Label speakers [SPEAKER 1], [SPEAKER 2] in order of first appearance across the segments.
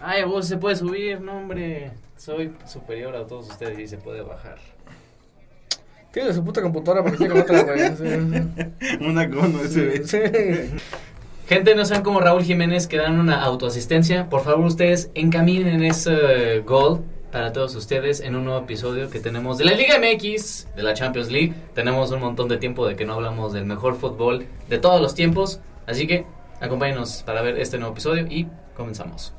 [SPEAKER 1] Ay, vos se puede subir, no, hombre. Soy superior a todos ustedes y se puede bajar.
[SPEAKER 2] Tiene su puta computadora para que esté con otra, güey.
[SPEAKER 3] Una con
[SPEAKER 2] Sí,
[SPEAKER 3] USB.
[SPEAKER 2] sí.
[SPEAKER 1] Gente, no sean como Raúl Jiménez que dan una autoasistencia. Por favor, ustedes encaminen ese eh, gol para todos ustedes en un nuevo episodio que tenemos de la Liga MX, de la Champions League. Tenemos un montón de tiempo de que no hablamos del mejor fútbol de todos los tiempos. Así que acompáñenos para ver este nuevo episodio y comenzamos.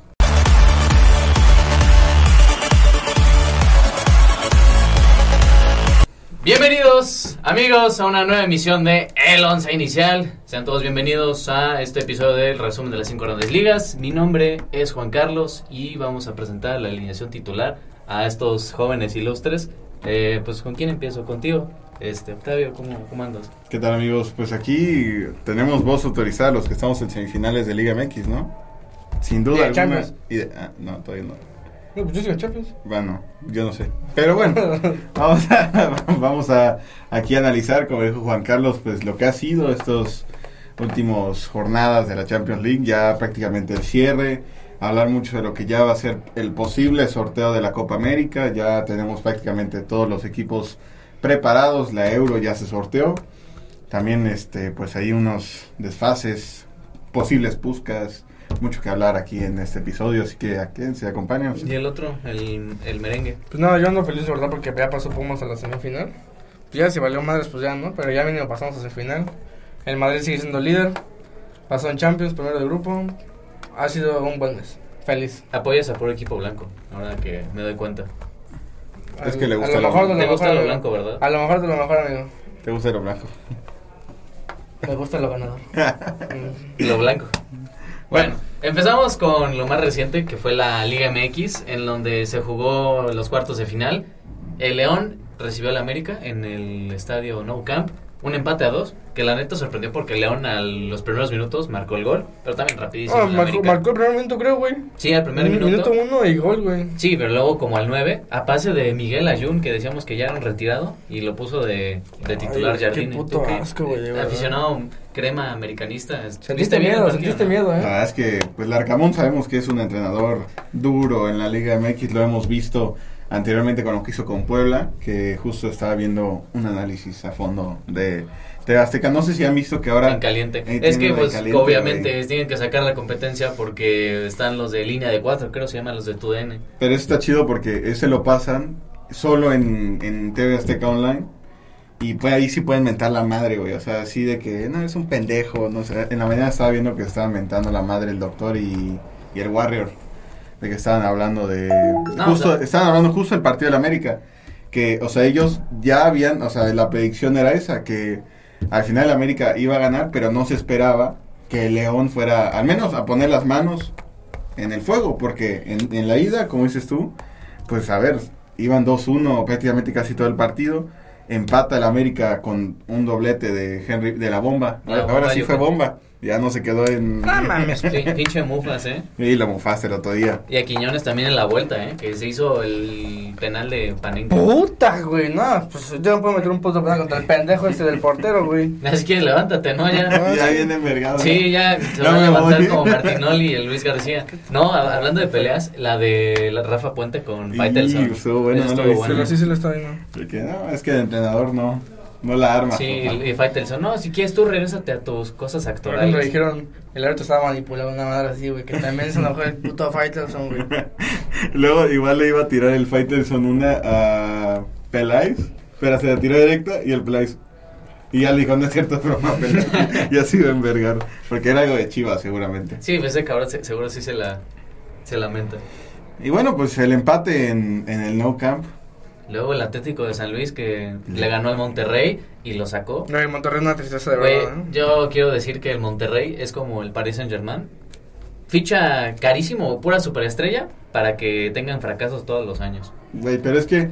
[SPEAKER 1] Bienvenidos amigos a una nueva emisión de El Once Inicial. Sean todos bienvenidos a este episodio del resumen de las cinco grandes ligas. Mi nombre es Juan Carlos y vamos a presentar la alineación titular a estos jóvenes ilustres. Eh, pues con quién empiezo, contigo. Este, Octavio, ¿cómo, cómo andas?
[SPEAKER 3] ¿Qué tal amigos? Pues aquí tenemos voz autorizada los que estamos en semifinales de Liga MX, ¿no? Sin
[SPEAKER 2] Y de
[SPEAKER 3] duda alguna.
[SPEAKER 2] Champions.
[SPEAKER 3] Y de- ah, no, todavía no.
[SPEAKER 2] No, pues yo soy el Champions.
[SPEAKER 3] Bueno, yo no sé. Pero bueno,
[SPEAKER 2] Pues
[SPEAKER 3] vamos a, vamos a aquí a analizar, como dijo Juan Carlos, pues lo que ha sido estos últimos jornadas de la Champions League, ya prácticamente el cierre, hablar mucho de lo que ya va a ser el posible sorteo de la Copa América, ya tenemos prácticamente todos los equipos preparados, la Euro ya se sorteó. También este pues hay unos desfases, posibles puscas, mucho que hablar aquí en este episodio, así que a quien se acompaña.
[SPEAKER 1] Y el otro, el, el merengue.
[SPEAKER 2] Pues nada, yo ando feliz de verdad porque ya pasó Pumas a la semifinal. Ya si valió madres, pues ya, ¿no? Pero ya mínimo pasamos a semifinal. El Madrid sigue siendo líder. Pasó en Champions, primero de grupo. Ha sido un buen mes. Feliz.
[SPEAKER 1] Apoyas a puro equipo blanco, ahora que me doy cuenta.
[SPEAKER 3] Es
[SPEAKER 2] Al-
[SPEAKER 3] que le gusta
[SPEAKER 2] a
[SPEAKER 3] lo
[SPEAKER 2] lo mejor de
[SPEAKER 1] Te
[SPEAKER 2] lo
[SPEAKER 1] gusta
[SPEAKER 2] mejor,
[SPEAKER 1] lo
[SPEAKER 2] amigo.
[SPEAKER 1] blanco, ¿verdad?
[SPEAKER 2] A lo mejor de lo mejor, amigo.
[SPEAKER 3] ¿Te gusta lo blanco?
[SPEAKER 2] Me gusta lo ganador. Mm.
[SPEAKER 1] Lo blanco. Bueno, empezamos con lo más reciente que fue la Liga MX, en donde se jugó los cuartos de final. El León recibió al América en el estadio No Camp, un empate a dos, que la neta sorprendió porque el León a los primeros minutos marcó el gol, pero también rapidísimo.
[SPEAKER 2] Ah,
[SPEAKER 1] el
[SPEAKER 2] marcó,
[SPEAKER 1] América.
[SPEAKER 2] marcó el primer minuto, creo, güey.
[SPEAKER 1] Sí, al primer
[SPEAKER 2] Min-
[SPEAKER 1] minuto.
[SPEAKER 2] uno y gol, güey.
[SPEAKER 1] Sí, pero luego como al 9, a pase de Miguel Ayun, que decíamos que ya era un retirado, y lo puso de, de titular
[SPEAKER 2] Ay, qué
[SPEAKER 1] Jardine. ¿Tú
[SPEAKER 2] puto asco, güey, de verdad.
[SPEAKER 1] Aficionado crema americanista. ¿Viste
[SPEAKER 2] Sentiste
[SPEAKER 1] bien el
[SPEAKER 2] miedo,
[SPEAKER 1] partido,
[SPEAKER 2] sentiste
[SPEAKER 1] no?
[SPEAKER 2] miedo,
[SPEAKER 3] La
[SPEAKER 2] ¿eh?
[SPEAKER 3] verdad es que, pues, Larcamón sabemos que es un entrenador duro en la Liga MX, lo hemos visto anteriormente con lo que hizo con Puebla, que justo estaba viendo un análisis a fondo de TV Azteca. No sé si han visto que ahora...
[SPEAKER 1] En caliente.
[SPEAKER 3] Eh,
[SPEAKER 1] es
[SPEAKER 3] tiene
[SPEAKER 1] que,
[SPEAKER 3] lo de
[SPEAKER 1] pues,
[SPEAKER 3] caliente,
[SPEAKER 1] obviamente,
[SPEAKER 3] güey.
[SPEAKER 1] tienen que sacar la competencia porque están los de línea de cuatro, creo se llaman los de TUDN.
[SPEAKER 3] Pero eso está chido porque ese lo pasan solo en, en TV Azteca Online. Y pues ahí sí pueden mentar la madre, güey. O sea, así de que, no, es un pendejo. No sé. En la mañana estaba viendo que estaban mentando la madre el doctor y, y el Warrior. De que estaban hablando de.
[SPEAKER 1] No,
[SPEAKER 3] justo,
[SPEAKER 1] o sea-
[SPEAKER 3] estaban hablando justo del partido del América. Que, o sea, ellos ya habían. O sea, la predicción era esa, que al final el América iba a ganar, pero no se esperaba que el León fuera, al menos, a poner las manos en el fuego, porque en, en la ida, como dices tú, pues a ver, iban 2-1 prácticamente casi todo el partido. Empata el América con un doblete de Henry, de la bomba.
[SPEAKER 1] La
[SPEAKER 3] ahora
[SPEAKER 1] bomba,
[SPEAKER 3] ahora sí
[SPEAKER 1] yo
[SPEAKER 3] fue
[SPEAKER 1] creo.
[SPEAKER 3] bomba. Ya no se quedó en.
[SPEAKER 2] No mames.
[SPEAKER 1] Pin- Pinche mufas, ¿eh?
[SPEAKER 3] Y lo mofaste el otro día.
[SPEAKER 1] Y a Quiñones también en la vuelta, ¿eh? Que se hizo el penal de Panenka.
[SPEAKER 2] Puta, güey, no, pues yo no puedo meter un puto penal contra el pendejo este del portero, güey.
[SPEAKER 1] Así que levántate, ¿no? Ya.
[SPEAKER 3] Ya viene envergado.
[SPEAKER 1] Sí, ya se
[SPEAKER 3] No
[SPEAKER 1] van a
[SPEAKER 3] me
[SPEAKER 1] levantar
[SPEAKER 3] voy.
[SPEAKER 1] como Martinoli y el Luis García. No, a- hablando de peleas, la de la Rafa Puente con
[SPEAKER 3] Y
[SPEAKER 1] Faitelson.
[SPEAKER 3] estuvo bueno,
[SPEAKER 1] Eso
[SPEAKER 3] no lo
[SPEAKER 1] estuvo
[SPEAKER 3] viste,
[SPEAKER 1] bueno.
[SPEAKER 2] Pero sí se lo está viendo.
[SPEAKER 3] Porque no, es que el entrenador no, no la arma.
[SPEAKER 1] Sí,
[SPEAKER 3] papá.
[SPEAKER 1] y Faitelson, no, si quieres tú regrésate a tus cosas
[SPEAKER 2] Por ejemplo,
[SPEAKER 1] actorales.
[SPEAKER 2] dijeron, el árbitro estaba manipulando una madre así, güey, que también se enojó el puto Faitelson, güey.
[SPEAKER 3] Luego igual le iba a tirar el Faitelson una a Peláez, pero se la tiró directa y el Peláez. Y ya le dijo, no es cierto, es broma, Peláez. y así iba a envergar, porque era algo de Chivas seguramente.
[SPEAKER 1] Sí, pensé que ahora se- seguro sí se la se lamenta.
[SPEAKER 3] Y bueno, pues el empate en, en el No Camp.
[SPEAKER 1] Luego el Atlético de San Luis que le ganó al Monterrey y lo sacó.
[SPEAKER 2] No, y Monterrey es una tristeza de
[SPEAKER 1] Güey,
[SPEAKER 2] verdad, ¿eh? ¿no?
[SPEAKER 1] yo quiero decir que el Monterrey es como el Paris Saint Germain. Ficha carísimo, pura superestrella, para que tengan fracasos todos los años.
[SPEAKER 3] Güey, pero es que,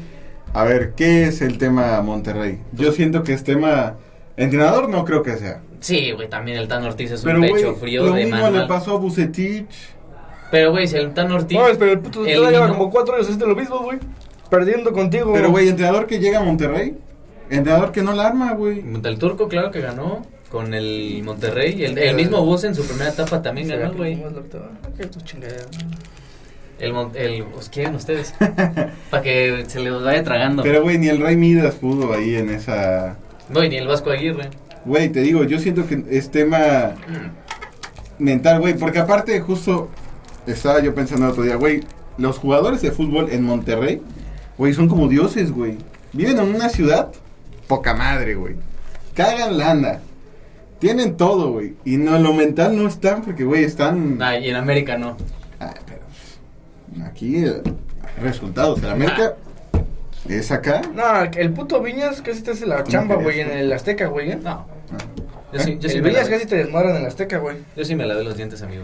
[SPEAKER 3] a ver, ¿qué es el tema Monterrey? Yo siento que es tema... Entrenador no creo que sea.
[SPEAKER 1] Sí, güey, también el Tan Ortiz es un
[SPEAKER 3] Pero, güey,
[SPEAKER 1] pecho frío
[SPEAKER 3] lo
[SPEAKER 1] de
[SPEAKER 3] mismo le
[SPEAKER 1] manual.
[SPEAKER 3] pasó a Bucetich.
[SPEAKER 1] Pero, güey, si el Tan Ortiz...
[SPEAKER 2] No, pero el puto
[SPEAKER 1] el
[SPEAKER 2] ya lleva
[SPEAKER 1] niño-
[SPEAKER 2] como cuatro años haciendo lo mismo, güey. Perdiendo contigo.
[SPEAKER 3] Pero, güey, entrenador que llega a Monterrey. Entrenador que no la arma, güey.
[SPEAKER 1] El turco, claro que ganó con el Monterrey. El, el mismo bus en su primera etapa también ganó, güey.
[SPEAKER 2] Qué tu chingadera.
[SPEAKER 1] El, Mon- el, ¿Os quieren ustedes? Para que se les vaya tragando.
[SPEAKER 3] Pero, güey, ni el Rey Midas pudo ahí en esa...
[SPEAKER 1] No, y ni el Vasco Aguirre.
[SPEAKER 3] Güey, te digo, yo siento que es tema mental, güey. Porque aparte, justo estaba yo pensando el otro día, güey, los jugadores de fútbol en Monterrey, güey, son como dioses, güey. Viven en una ciudad poca madre, güey. Cagan lana. Tienen todo, güey. Y no, lo mental no están porque, güey, están...
[SPEAKER 1] Ah, y en América no.
[SPEAKER 3] Ah, pero pues, aquí eh, resultados. El América es acá.
[SPEAKER 2] No, el puto Viñas casi te hace la chamba, güey, en el Azteca, güey, ¿eh?
[SPEAKER 1] No.
[SPEAKER 3] Ah.
[SPEAKER 1] Yo sí, yo sí
[SPEAKER 2] el
[SPEAKER 1] me la
[SPEAKER 2] Viñas
[SPEAKER 1] doy.
[SPEAKER 2] casi te desmadran en el Azteca, güey.
[SPEAKER 1] Yo sí me lavé los dientes, amigo.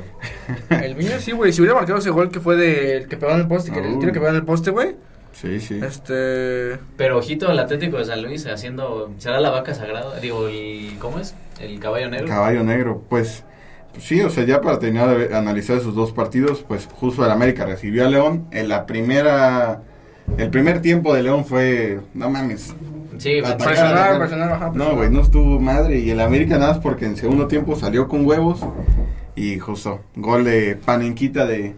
[SPEAKER 2] El Viñas sí, güey. Si hubiera marcado ese gol que fue del que pegó en el poste, que el
[SPEAKER 3] Uh.
[SPEAKER 2] tiro que pegó en el poste, güey.
[SPEAKER 3] Sí, sí.
[SPEAKER 2] Este.
[SPEAKER 1] Pero ojito al Atlético de San Luis haciendo. Será la vaca sagrada. Digo, el. ¿Cómo es? El caballo negro.
[SPEAKER 3] Caballo negro, pues sí, o sea, ya para terminar de ver- analizar esos dos partidos, pues justo el América recibió a León en la primera el primer tiempo de León fue no mames.
[SPEAKER 1] sí,
[SPEAKER 3] atacar,
[SPEAKER 2] Presionar,
[SPEAKER 3] atacar.
[SPEAKER 2] presionar, ajá,
[SPEAKER 3] No,
[SPEAKER 2] presionar.
[SPEAKER 3] güey, no estuvo madre y el América nada más porque en segundo tiempo salió con huevos y justo gol de Panenquita de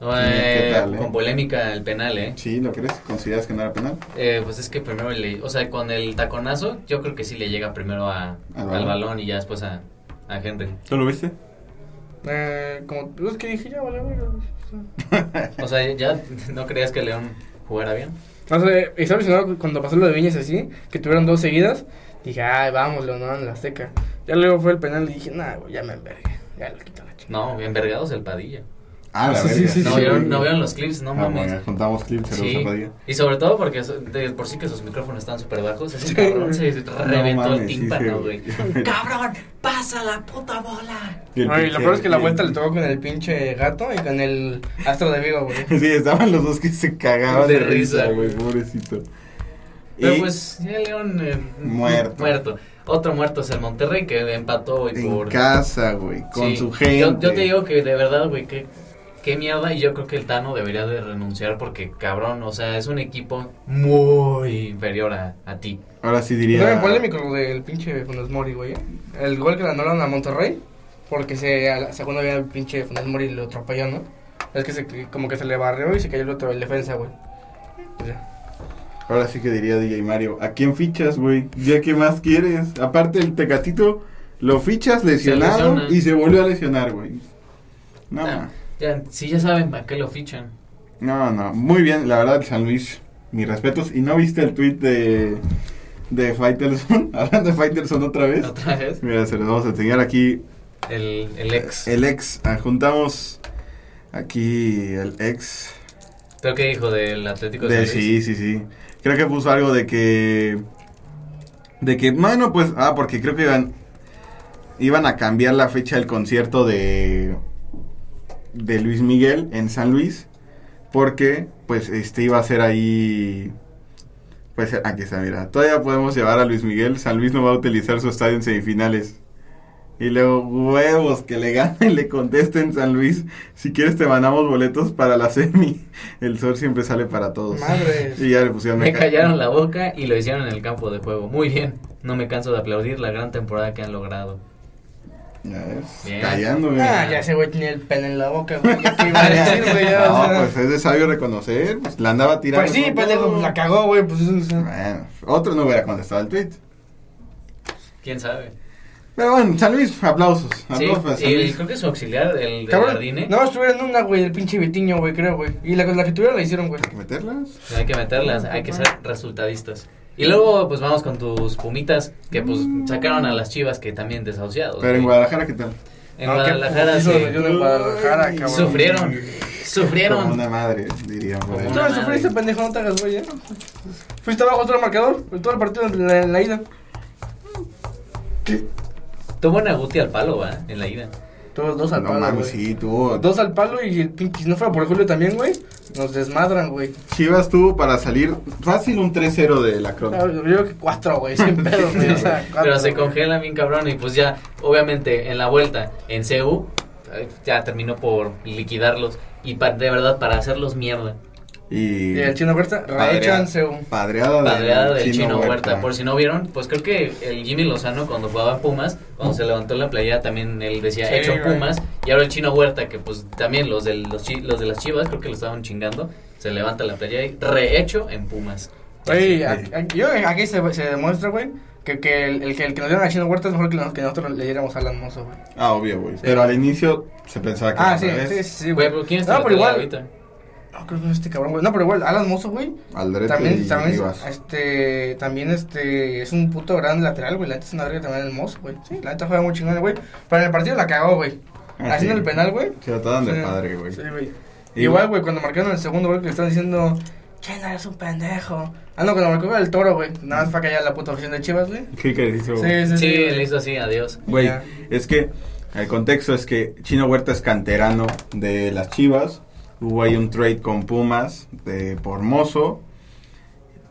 [SPEAKER 1] No, eh,
[SPEAKER 3] ¿Qué tal, eh?
[SPEAKER 1] Con polémica el penal, ¿eh?
[SPEAKER 3] Sí, ¿lo crees? ¿Consideras que no era penal?
[SPEAKER 1] Eh, Pues es que primero le. O sea, con el taconazo, yo creo que sí le llega primero a,
[SPEAKER 3] Al
[SPEAKER 1] al,
[SPEAKER 3] balón.
[SPEAKER 1] balón. y ya después a, a Henry.
[SPEAKER 3] ¿Tú lo viste?
[SPEAKER 2] Eh, como. Es que dije ya, vale, güey.
[SPEAKER 1] O sea, ya no creías que León jugara bien.
[SPEAKER 2] No sé, y estaba impresionado cuando pasó lo de Viñas así, que tuvieron dos seguidas. Dije, ay, vamos, León, en la Azteca. Ya luego fue el penal y dije, nah, güey, ya me envergué. Ya lo quito la chingada.
[SPEAKER 1] No, envergados el Padilla.
[SPEAKER 3] Ah, la
[SPEAKER 2] Sí,
[SPEAKER 3] verga.
[SPEAKER 2] sí, sí,
[SPEAKER 1] No,
[SPEAKER 2] sí.
[SPEAKER 1] vieron, no vieron los clips, no
[SPEAKER 3] Ah,
[SPEAKER 1] mames.
[SPEAKER 3] bueno, contamos clips, se los
[SPEAKER 1] Sí,
[SPEAKER 3] zapadilla.
[SPEAKER 1] y sobre todo porque so- de por sí que sus micrófonos están súper bajos. Ese
[SPEAKER 2] Sí.
[SPEAKER 1] cabrón se reventó
[SPEAKER 3] mames,
[SPEAKER 1] el
[SPEAKER 3] sí,
[SPEAKER 1] tímpano,
[SPEAKER 3] sí.
[SPEAKER 1] güey. ¡Cabrón! ¡Pasa la puta bola!
[SPEAKER 3] Y el
[SPEAKER 2] No, y lo
[SPEAKER 3] pinche-
[SPEAKER 2] peor es que la
[SPEAKER 3] el-
[SPEAKER 2] vuelta le tocó con el pinche gato y con el astro de Vigo, güey.
[SPEAKER 3] Sí, estaban los dos que se cagaban de,
[SPEAKER 1] De
[SPEAKER 3] risa,
[SPEAKER 1] risa.
[SPEAKER 3] güey, pobrecito.
[SPEAKER 1] Pero
[SPEAKER 3] Y
[SPEAKER 1] pues, ya León. eh,
[SPEAKER 3] Muerto.
[SPEAKER 1] Muerto. Otro muerto es el Monterrey que empató hoy
[SPEAKER 3] en
[SPEAKER 1] por.
[SPEAKER 3] casa, güey, con
[SPEAKER 1] Sí.
[SPEAKER 3] su gente.
[SPEAKER 1] Yo, yo te digo que de verdad, güey, que. Qué mierda, y yo creo que el Tano debería de renunciar porque, cabrón, o sea, es un equipo muy inferior a, a ti.
[SPEAKER 3] Ahora sí
[SPEAKER 2] Fue
[SPEAKER 3] diría.
[SPEAKER 2] polémico lo del pinche Funes Mori, güey. ¿eh? El gol que le anularon a Monterrey, porque se, a la segunda vez el pinche Funes Mori lo atropelló, ¿no? Es que se, como que se le barrió y se cayó el otro, el defensa, güey. Pues O sea,
[SPEAKER 3] Ahora sí que diría DJ Mario. ¿A quién fichas, güey? ¿Ya qué más quieres? Aparte el Tecatito lo fichas lesionado
[SPEAKER 1] lesiona.
[SPEAKER 3] y se volvió a lesionar, güey. No,
[SPEAKER 1] Ah, Ya, si ya saben a qué lo fichan.
[SPEAKER 3] no, no. Muy bien, la verdad, San Luis, mis respetos. ¿Y no viste el tweet de de Faitelson? Hablando de Faitelson otra vez.
[SPEAKER 1] Otra vez,
[SPEAKER 3] Mira, se los vamos a enseñar aquí
[SPEAKER 1] el, el ex.
[SPEAKER 3] El ex, ah, juntamos aquí el ex.
[SPEAKER 1] ¿Pero qué dijo del Atlético de
[SPEAKER 3] De,
[SPEAKER 1] San Luis?
[SPEAKER 3] sí, sí, sí. Creo que puso algo de que... De que, bueno, pues... Ah, porque creo que iban... Iban a cambiar la fecha del concierto de... De Luis Miguel en San Luis. Porque, pues, este iba a ser ahí... Pues aquí está, mira. Todavía podemos llevar a Luis Miguel. San Luis no va a utilizar su estadio en semifinales. Y luego, huevos, que le ganen, le contesten San Luis. Si quieres te mandamos boletos para la semi. El sol siempre sale para todos.
[SPEAKER 2] madres.
[SPEAKER 3] Y ya le pusieron...
[SPEAKER 1] Me
[SPEAKER 3] ca-
[SPEAKER 1] callaron la boca y lo hicieron en el campo de juego. Muy bien. No me canso de aplaudir la gran temporada que han logrado.
[SPEAKER 3] Ya ves,
[SPEAKER 1] Bien.
[SPEAKER 3] callándome.
[SPEAKER 2] Ah, ya ese güey tenía el pene en la boca, güey. ¿Qué iba a decir, güey? Ya, o
[SPEAKER 3] No,
[SPEAKER 2] sea,
[SPEAKER 3] pues es de sabio reconocer. Pues la andaba tirando.
[SPEAKER 2] pues sí,
[SPEAKER 3] con
[SPEAKER 2] pendejo,
[SPEAKER 3] todo.
[SPEAKER 2] pues la cagó, güey. Pues, o sea,
[SPEAKER 3] Bueno, otro no hubiera contestado el tweet.
[SPEAKER 1] ¿Quién sabe?
[SPEAKER 3] Pero bueno, San Luis, aplausos.
[SPEAKER 1] Sí,
[SPEAKER 3] Aplausos para San
[SPEAKER 1] y
[SPEAKER 3] Luis.
[SPEAKER 1] creo que su auxiliar, el de
[SPEAKER 2] cabrón.
[SPEAKER 1] Jardine,
[SPEAKER 2] No, estuvieron en una, güey, el pinche Vitiño, güey, creo, güey. Y la, la que tuvieron la hicieron, güey.
[SPEAKER 3] Hay que meterlas.
[SPEAKER 1] hay que meterlas, hay que ser resultadistas. Y luego, pues vamos con tus pumitas, que pues sacaron a las chivas que también desahuciados.
[SPEAKER 3] Mm. Pero en Ah,
[SPEAKER 1] güey.
[SPEAKER 3] Guadalajara, ¿qué tal?
[SPEAKER 1] En
[SPEAKER 2] No, qué
[SPEAKER 1] Guadalajara
[SPEAKER 2] putizo
[SPEAKER 1] sí,
[SPEAKER 2] me dio en Guadalajara,
[SPEAKER 3] Ay,
[SPEAKER 2] cabrón.
[SPEAKER 1] sufrieron,
[SPEAKER 3] Como
[SPEAKER 1] sufrieron.
[SPEAKER 3] una madre, diría. por ahí.
[SPEAKER 2] Tú
[SPEAKER 1] Una
[SPEAKER 2] no sufriste,
[SPEAKER 1] madre.
[SPEAKER 2] pendejo, no te hagas, güey, ¿eh? Fuiste abajo otro marcador, en todo el partido en la, en la ida.
[SPEAKER 1] Tuvo una guti al palo, va, en la ida.
[SPEAKER 2] Todos dos al
[SPEAKER 3] No
[SPEAKER 2] palo,
[SPEAKER 3] mames,
[SPEAKER 2] güey.
[SPEAKER 3] sí, tuvo.
[SPEAKER 2] Dos al palo y el pinche, si no fuera por Julio también, güey, nos desmadran, güey.
[SPEAKER 3] Chivas tuvo para salir fácil un 3-0 de la
[SPEAKER 2] O
[SPEAKER 3] crota.
[SPEAKER 2] sea, Yo creo que cuatro, güey, sin pedo, güey. O sea, cuatro,
[SPEAKER 1] Pero se
[SPEAKER 2] güey.
[SPEAKER 1] congela bien cabrón y pues ya, obviamente, en la vuelta en CU eh, ya terminó por liquidarlos y pa- de verdad para hacerlos mierda.
[SPEAKER 3] Y,
[SPEAKER 2] Y el chino Huerta,
[SPEAKER 3] padrea-
[SPEAKER 2] reéchanse un.
[SPEAKER 3] Padreada,
[SPEAKER 1] Padreada del Chino, Huerta. Por si no vieron, pues creo que el Jimmy Lozano cuando jugaba en Pumas, cuando se levantó la playera también él decía
[SPEAKER 2] Sí,
[SPEAKER 1] hecho
[SPEAKER 2] güey.
[SPEAKER 1] Pumas. Y ahora el Chino Huerta, que pues también los, del, los, chi- los de las Chivas creo que lo estaban chingando, se levanta la playera y rehecho en Pumas.
[SPEAKER 2] Oye, aquí, aquí- yo, aquí se, se demuestra, güey, que, que, el, el que el que nos dieron a Chino Huerta es mejor que, nos- que nosotros le diéramos a Alan Mozo, güey.
[SPEAKER 3] Ah, obvio, güey. Pero al inicio se pensaba que
[SPEAKER 2] Ah,
[SPEAKER 3] era
[SPEAKER 2] sí,
[SPEAKER 3] al revés.
[SPEAKER 2] sí, sí,
[SPEAKER 1] Sí, güey, pero ¿quién está
[SPEAKER 2] No, pero igual.
[SPEAKER 1] ahorita?
[SPEAKER 2] No, creo que es este cabrón, güey. No, pero igual, Alan Mozo, güey.
[SPEAKER 3] Aldrete
[SPEAKER 2] También,
[SPEAKER 3] y
[SPEAKER 2] también,
[SPEAKER 3] Rivas.
[SPEAKER 2] este, también, este, es un puto gran lateral, güey. La neta es una verga también el Mozo, güey. Sí, la neta juega muy chingón, güey. Pero en el partido la cagó, güey.
[SPEAKER 3] Ah,
[SPEAKER 2] Haciendo
[SPEAKER 3] sí.
[SPEAKER 2] el penal, güey.
[SPEAKER 3] Se trataban de
[SPEAKER 2] Sí.
[SPEAKER 3] padre, güey.
[SPEAKER 2] Sí, güey.
[SPEAKER 3] Y-
[SPEAKER 2] Igual, güey, cuando marcaron el segundo gol que le están diciendo, che, no eres un pendejo. Ah, no, cuando marcó el toro, güey. Nada más fue a callar la puta afición de Chivas, güey.
[SPEAKER 3] ¿Qué que hizo?
[SPEAKER 2] Sí, sí, sí.
[SPEAKER 1] Sí,
[SPEAKER 2] güey.
[SPEAKER 1] le hizo así, adiós.
[SPEAKER 3] Güey,
[SPEAKER 2] Ya.
[SPEAKER 3] es que el contexto es que Chino Huerta es canterano de las Chivas. Hubo ahí un trade con Pumas de por Mozo.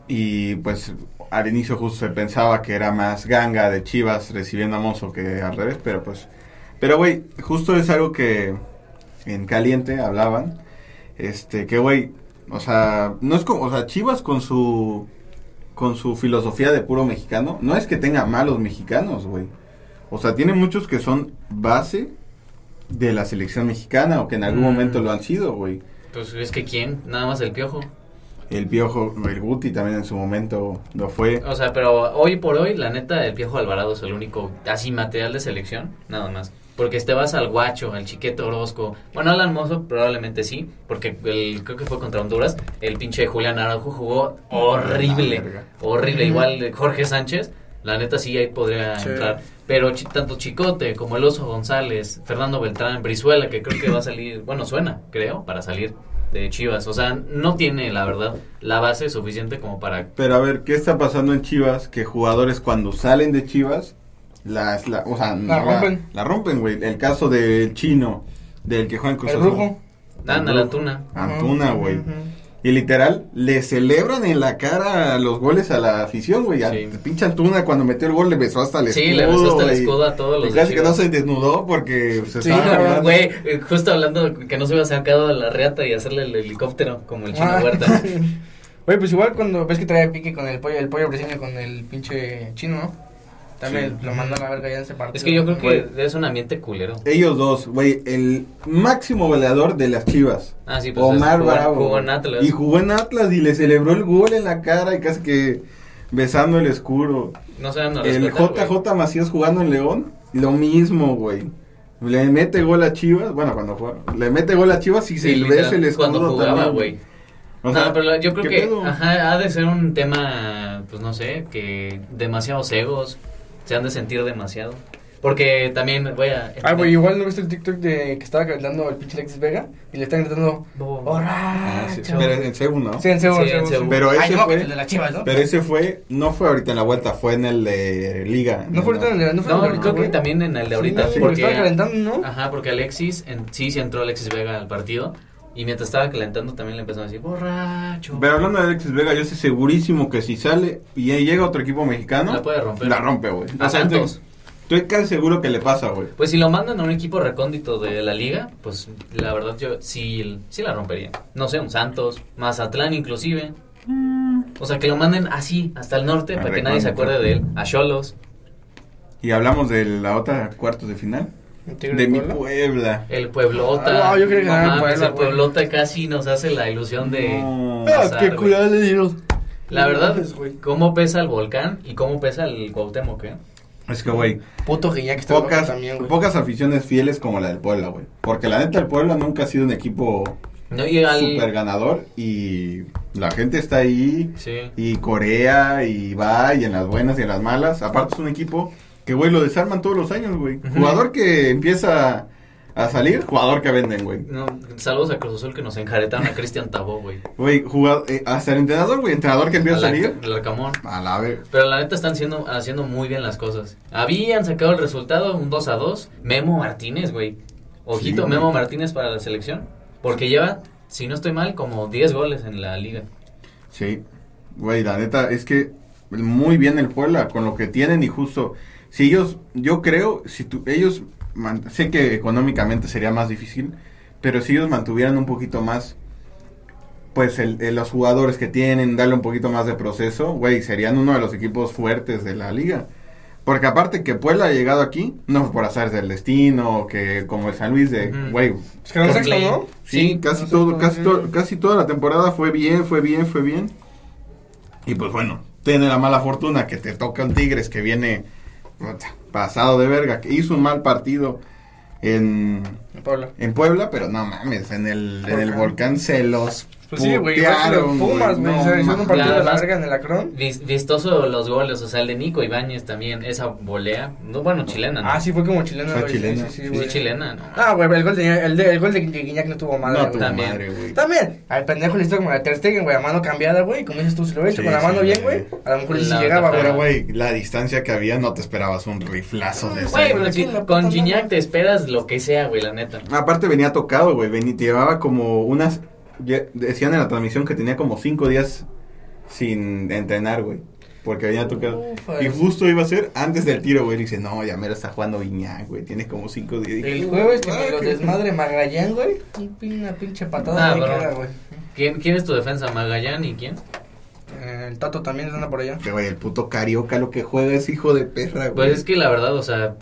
[SPEAKER 3] Y pues al inicio justo se pensaba que era más ganga de Chivas recibiendo a Mozo que al revés, pero pues. Pero güey, justo es algo que en caliente hablaban. Este, que güey, o sea, no es como, o sea, Chivas con su con su filosofía de puro mexicano, no es que tenga malos mexicanos, güey. O sea, tiene muchos que son base de la selección mexicana o que en algún
[SPEAKER 1] Mm.
[SPEAKER 3] momento lo han sido, güey.
[SPEAKER 1] Pues es que ¿quién? Nada más el Piojo.
[SPEAKER 3] El Piojo, el Guti también en su momento lo fue.
[SPEAKER 1] O sea, pero hoy por hoy, la neta, el viejo Alvarado es el único así material de selección, nada más. Porque te vas al Guacho, al Chiquete Orozco. Bueno, Alan Mozo probablemente sí, porque el, creo que fue contra Honduras. El pinche Julián Araujo jugó
[SPEAKER 3] Ah,
[SPEAKER 1] horrible.
[SPEAKER 3] verga.
[SPEAKER 1] Horrible.
[SPEAKER 2] Ujú.
[SPEAKER 1] Igual eh, Jorge Sánchez, la neta sí ahí podría
[SPEAKER 2] Sí.
[SPEAKER 1] entrar. Pero chi- tanto Chicote como el Oso González, Fernando Beltrán, Brizuela, que creo que va a salir, bueno, suena, creo, para salir de Chivas. O sea, no tiene, la verdad, la base suficiente como para
[SPEAKER 3] Pero a ver, ¿qué está pasando en Chivas? Que jugadores cuando salen de Chivas, las, la, o sea,
[SPEAKER 2] La rompen.
[SPEAKER 3] La, rompen, güey. El caso del chino, del que juega en Cruz
[SPEAKER 2] El
[SPEAKER 3] Azul.
[SPEAKER 2] brujo.
[SPEAKER 1] Nada, la tuna.
[SPEAKER 3] Antuna,
[SPEAKER 2] Ujú,
[SPEAKER 3] güey.
[SPEAKER 2] ujú.
[SPEAKER 3] Y literal, le celebran en la cara los goles a la afición, güey. Al
[SPEAKER 1] Sí.
[SPEAKER 3] Pinche Antuna cuando metió el gol le besó hasta el escudo.
[SPEAKER 1] Sí, le besó hasta el
[SPEAKER 3] güey.
[SPEAKER 1] escudo a todos
[SPEAKER 3] Y
[SPEAKER 1] los de
[SPEAKER 3] casi que no
[SPEAKER 1] Chivas.
[SPEAKER 3] se desnudó porque se
[SPEAKER 2] Sí,
[SPEAKER 3] estaba
[SPEAKER 2] cabrón,
[SPEAKER 3] burlando.
[SPEAKER 1] Güey, eh, justo hablando que no se hubiera sacado a la reata y hacerle el helicóptero como el chino
[SPEAKER 2] Ah.
[SPEAKER 1] Huerta.
[SPEAKER 2] Güey, pues igual cuando ves que traía pique con el pollo, el pollo brasileño con el pinche chino, ¿no? También
[SPEAKER 3] Sí.
[SPEAKER 2] lo mandó a la verga ya en ese partido.
[SPEAKER 1] Es que yo creo
[SPEAKER 3] Güey.
[SPEAKER 1] que es un ambiente culero.
[SPEAKER 3] Ellos dos, güey, el máximo goleador de las Chivas.
[SPEAKER 1] Ah, sí, pues
[SPEAKER 3] Omar
[SPEAKER 1] es- jugó-
[SPEAKER 3] Bravo.
[SPEAKER 1] jugó en
[SPEAKER 3] güey.
[SPEAKER 1] Atlas.
[SPEAKER 3] Y jugó en Atlas y le celebró el gol en la cara y casi que besando el escudo.
[SPEAKER 1] No se van a
[SPEAKER 3] el
[SPEAKER 1] respetar,
[SPEAKER 3] JJ
[SPEAKER 1] güey.
[SPEAKER 3] Macías jugando en León, lo mismo, güey. Le mete gol a Chivas, bueno, cuando juega, le mete gol a Chivas y se
[SPEAKER 1] Sí,
[SPEAKER 3] le
[SPEAKER 1] literal,
[SPEAKER 3] besa el escudo
[SPEAKER 1] Cuando jugaba,
[SPEAKER 3] también.
[SPEAKER 1] güey.
[SPEAKER 3] O
[SPEAKER 1] No,
[SPEAKER 3] sea,
[SPEAKER 1] pero yo creo
[SPEAKER 3] ¿qué
[SPEAKER 1] que
[SPEAKER 3] pedo?
[SPEAKER 1] ajá, ha de ser un tema, pues no sé, que demasiados egos se han de sentir demasiado. Porque también, voy a...
[SPEAKER 2] Ah, güey, igual no viste el TikTok de que estaba cantando el pinche Alexis Vega y le están gritando
[SPEAKER 1] Bo-
[SPEAKER 2] ¡Borracho!
[SPEAKER 3] Ah, sí, pero en Seúl, ¿no?
[SPEAKER 2] Sí, en Seúl,
[SPEAKER 1] Sí, en
[SPEAKER 2] Seúl,
[SPEAKER 1] Seúl.
[SPEAKER 2] Seúl.
[SPEAKER 3] Pero
[SPEAKER 2] Ay,
[SPEAKER 3] ese
[SPEAKER 2] no,
[SPEAKER 3] fue-
[SPEAKER 2] el de las chivas, ¿no?
[SPEAKER 3] Pero ese fue, no fue ahorita en la vuelta, fue en el de Liga.
[SPEAKER 2] No fue ahorita en el- no fue
[SPEAKER 1] No,
[SPEAKER 2] el de
[SPEAKER 1] creo que
[SPEAKER 2] ahorita,
[SPEAKER 1] también en el de
[SPEAKER 2] güey.
[SPEAKER 1] ahorita. Ah,
[SPEAKER 2] Sí, porque
[SPEAKER 1] porque
[SPEAKER 2] estaba calentando, ¿no?
[SPEAKER 1] Ajá, porque Alexis, en, sí, sí entró Alexis Vega al partido. Y mientras estaba calentando también le empezaron a decir, borracho.
[SPEAKER 3] Pero hablando de Alexis Vega, yo estoy segurísimo que si sale y ahí llega otro equipo mexicano,
[SPEAKER 1] La puede romper.
[SPEAKER 3] La rompe, güey.
[SPEAKER 1] A
[SPEAKER 3] estoy-
[SPEAKER 1] Santos.
[SPEAKER 3] Estoy casi seguro que le pasa, güey.
[SPEAKER 1] Pues si lo mandan a un equipo recóndito de la liga, pues la verdad yo sí, sí la rompería. No sé, un Santos, Mazatlán inclusive. O sea, que lo manden así, hasta el norte,
[SPEAKER 3] A
[SPEAKER 1] para que nadie se
[SPEAKER 3] recóndito.
[SPEAKER 1] acuerde de él. A Cholos,
[SPEAKER 3] Y hablamos de la otra cuartos de final.
[SPEAKER 2] El Tigre
[SPEAKER 3] De mi
[SPEAKER 2] Puebla.
[SPEAKER 3] Puebla.
[SPEAKER 1] el Pueblota.
[SPEAKER 2] Ah, no, yo creo que
[SPEAKER 1] No
[SPEAKER 2] ganaba
[SPEAKER 1] mames,
[SPEAKER 2] Puebla,
[SPEAKER 1] el
[SPEAKER 2] güey.
[SPEAKER 1] Pueblota casi nos hace la ilusión de...
[SPEAKER 3] No.
[SPEAKER 2] Ah,
[SPEAKER 1] pasar,
[SPEAKER 2] qué
[SPEAKER 1] güey.
[SPEAKER 2] culada le dieron.
[SPEAKER 1] La verdad,
[SPEAKER 2] Mames, güey.
[SPEAKER 1] cómo pesa el volcán y cómo pesa el Cuauhtémoc, ¿eh?
[SPEAKER 3] Es que, güey,
[SPEAKER 2] Puto que ya que está loco
[SPEAKER 3] pocas,
[SPEAKER 2] Este también, güey.
[SPEAKER 3] pocas aficiones fieles como la del Puebla, güey. Porque la neta, el Puebla nunca ha sido un equipo
[SPEAKER 1] No, y al...
[SPEAKER 3] super ganador y la gente está ahí
[SPEAKER 1] Sí.
[SPEAKER 3] y Corea y va y en las buenas y en las malas. Aparte es un equipo que, güey, lo desarman todos los años, güey.
[SPEAKER 1] Ujú.
[SPEAKER 3] Jugador que empieza a salir, jugador que venden, güey.
[SPEAKER 1] No, saludos a Cruz Azul que nos enjaretaron a Cristian Tabó, güey.
[SPEAKER 3] Güey, jugado- eh, hasta el entrenador, güey, entrenador que empieza a
[SPEAKER 1] Al
[SPEAKER 3] salir.
[SPEAKER 1] Arca- al Arcamón.
[SPEAKER 3] A la vez.
[SPEAKER 1] Pero la neta están siendo, haciendo muy bien las cosas. Habían sacado el resultado, un 2 a 2. Memo Martínez, güey. Ojito,
[SPEAKER 3] Sí, güey.
[SPEAKER 1] Memo Martínez para la selección. Porque lleva, si no estoy mal, como 10 goles en la liga.
[SPEAKER 3] Sí, güey, la neta es que muy bien el Puebla con lo que tienen y justo si ellos, yo creo, si tú, ellos, man- sé que económicamente sería más difícil, pero si ellos mantuvieran un poquito más pues el, el- los jugadores que tienen, darle un poquito más de proceso, güey, serían uno de los equipos fuertes de la liga. Porque aparte que Puebla ha llegado aquí, no fue por azar del destino, que como el San Luis de,
[SPEAKER 1] Ujú.
[SPEAKER 3] güey,
[SPEAKER 2] Es Pues que era un sexto, ¿no?
[SPEAKER 3] Sí,
[SPEAKER 1] Sí,
[SPEAKER 3] casi
[SPEAKER 2] entonces
[SPEAKER 3] todo,
[SPEAKER 2] todo
[SPEAKER 3] casi,
[SPEAKER 2] bien.
[SPEAKER 3] to- casi toda la temporada fue bien, fue bien, fue bien. Y pues bueno, tiene la mala fortuna que te toca un Tigres que viene puta, pasado de verga, que hizo un mal partido en,
[SPEAKER 2] En Puebla.
[SPEAKER 3] en Puebla, pero no mames, en el, en el
[SPEAKER 2] Volcán.
[SPEAKER 3] volcán se los
[SPEAKER 2] Pues sí, güey. igual que
[SPEAKER 3] putearon,
[SPEAKER 2] los Pumas,
[SPEAKER 3] güey,
[SPEAKER 2] güey.
[SPEAKER 3] no
[SPEAKER 2] se hicieron un
[SPEAKER 3] mames.
[SPEAKER 2] partido de la
[SPEAKER 1] Además-
[SPEAKER 2] verga en el Acron.
[SPEAKER 1] Vis- Vistoso los goles, o sea, el de Nico Ibáñez también, esa volea. No, bueno, chilena. ¿no?
[SPEAKER 2] Ah, sí, fue como chilena,
[SPEAKER 3] Fue
[SPEAKER 2] güey.
[SPEAKER 3] chilena.
[SPEAKER 2] Sí, sí,
[SPEAKER 1] Sí,
[SPEAKER 2] güey.
[SPEAKER 1] chilena, ¿no?
[SPEAKER 2] Ah, güey, el gol de, el de- el gol de Guiñac no tuvo madre,
[SPEAKER 3] No,
[SPEAKER 2] güey.
[SPEAKER 3] tu
[SPEAKER 1] También.
[SPEAKER 3] madre, güey.
[SPEAKER 2] También, al pendejo listo como la Ter Stegen, güey, a mano cambiada, güey, como dices tú, si lo ves
[SPEAKER 3] Sí,
[SPEAKER 2] con la
[SPEAKER 3] sí,
[SPEAKER 2] mano bien,
[SPEAKER 3] güey.
[SPEAKER 2] güey, a lo mejor sí
[SPEAKER 1] La
[SPEAKER 2] llegaba,
[SPEAKER 1] otra
[SPEAKER 3] Pero,
[SPEAKER 2] güey.
[SPEAKER 3] güey, la distancia que había no te esperabas un riflazo de ese,
[SPEAKER 1] Güey, pero
[SPEAKER 3] güey.
[SPEAKER 1] si-
[SPEAKER 2] la puta
[SPEAKER 1] con
[SPEAKER 2] madre.
[SPEAKER 1] Gignac te esperas lo que sea, güey, la neta.
[SPEAKER 3] Aparte venía tocado, güey. Venía, llevaba como unas... ya- Decían en la transmisión que tenía como cinco días sin entrenar, güey. Porque venía tocado.
[SPEAKER 2] Ufa.
[SPEAKER 3] Y justo iba a ser antes del tiro, güey. Dice, no, ya mero está jugando Viñac, güey. Tiene como cinco días. Dije,
[SPEAKER 2] El jueves que
[SPEAKER 3] "Ah,
[SPEAKER 2] me lo
[SPEAKER 3] qué-
[SPEAKER 2] desmadre Magallán, güey, un pin- una pinche
[SPEAKER 1] Ah,
[SPEAKER 2] patada güey, que
[SPEAKER 1] bro.
[SPEAKER 2] era, güey.
[SPEAKER 1] ¿Quién, quién es tu defensa? ¿Magallán y quién?
[SPEAKER 2] Eh, El Tato también anda por allá.
[SPEAKER 3] Que, güey, el puto carioca lo que juega es hijo de perra, güey.
[SPEAKER 1] Pues es que la verdad, o sea,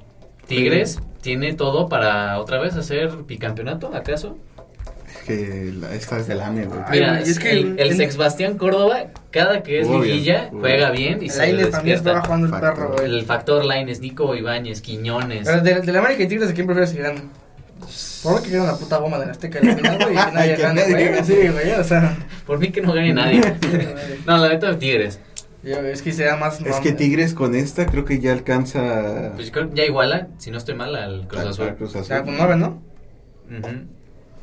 [SPEAKER 1] Tigres tiene todo para otra vez hacer bicampeonato, ¿acaso?
[SPEAKER 3] Es que la- esta es del AME, güey.
[SPEAKER 2] Ay,
[SPEAKER 1] Mira,
[SPEAKER 2] güey, es que
[SPEAKER 1] el, el
[SPEAKER 2] en-
[SPEAKER 1] Sex Bastián Córdoba, cada que es
[SPEAKER 3] Obvio,
[SPEAKER 1] liguilla,
[SPEAKER 3] obvio.
[SPEAKER 1] juega bien y
[SPEAKER 2] El
[SPEAKER 1] se le
[SPEAKER 2] aire también
[SPEAKER 1] despierta.
[SPEAKER 2] estaba jugando el
[SPEAKER 3] Factor.
[SPEAKER 2] perro, güey.
[SPEAKER 1] El factor Lines, Nico Ibáñez, Quiñones.
[SPEAKER 2] Pero de, de la América y Tigres, ¿a quién prefieres que gane? Por lo que queda una puta bomba de la Azteca en la final, güey, y que nadie
[SPEAKER 3] Que
[SPEAKER 2] gane,
[SPEAKER 3] nadie
[SPEAKER 2] güey.
[SPEAKER 3] gane.
[SPEAKER 2] Sí, güey, o sea.
[SPEAKER 1] Por mí que no gane nadie. no, la neta, Tigres.
[SPEAKER 2] Yo, es que sea más.
[SPEAKER 3] Es que Tigres con esta creo que ya alcanza...
[SPEAKER 1] Pues creo que ya iguala, si no estoy mal, al Cruz
[SPEAKER 3] a-
[SPEAKER 1] Azul.
[SPEAKER 3] a Cruz
[SPEAKER 2] O
[SPEAKER 3] Azul.
[SPEAKER 2] sea, con nueve, ¿no?
[SPEAKER 1] Ujú.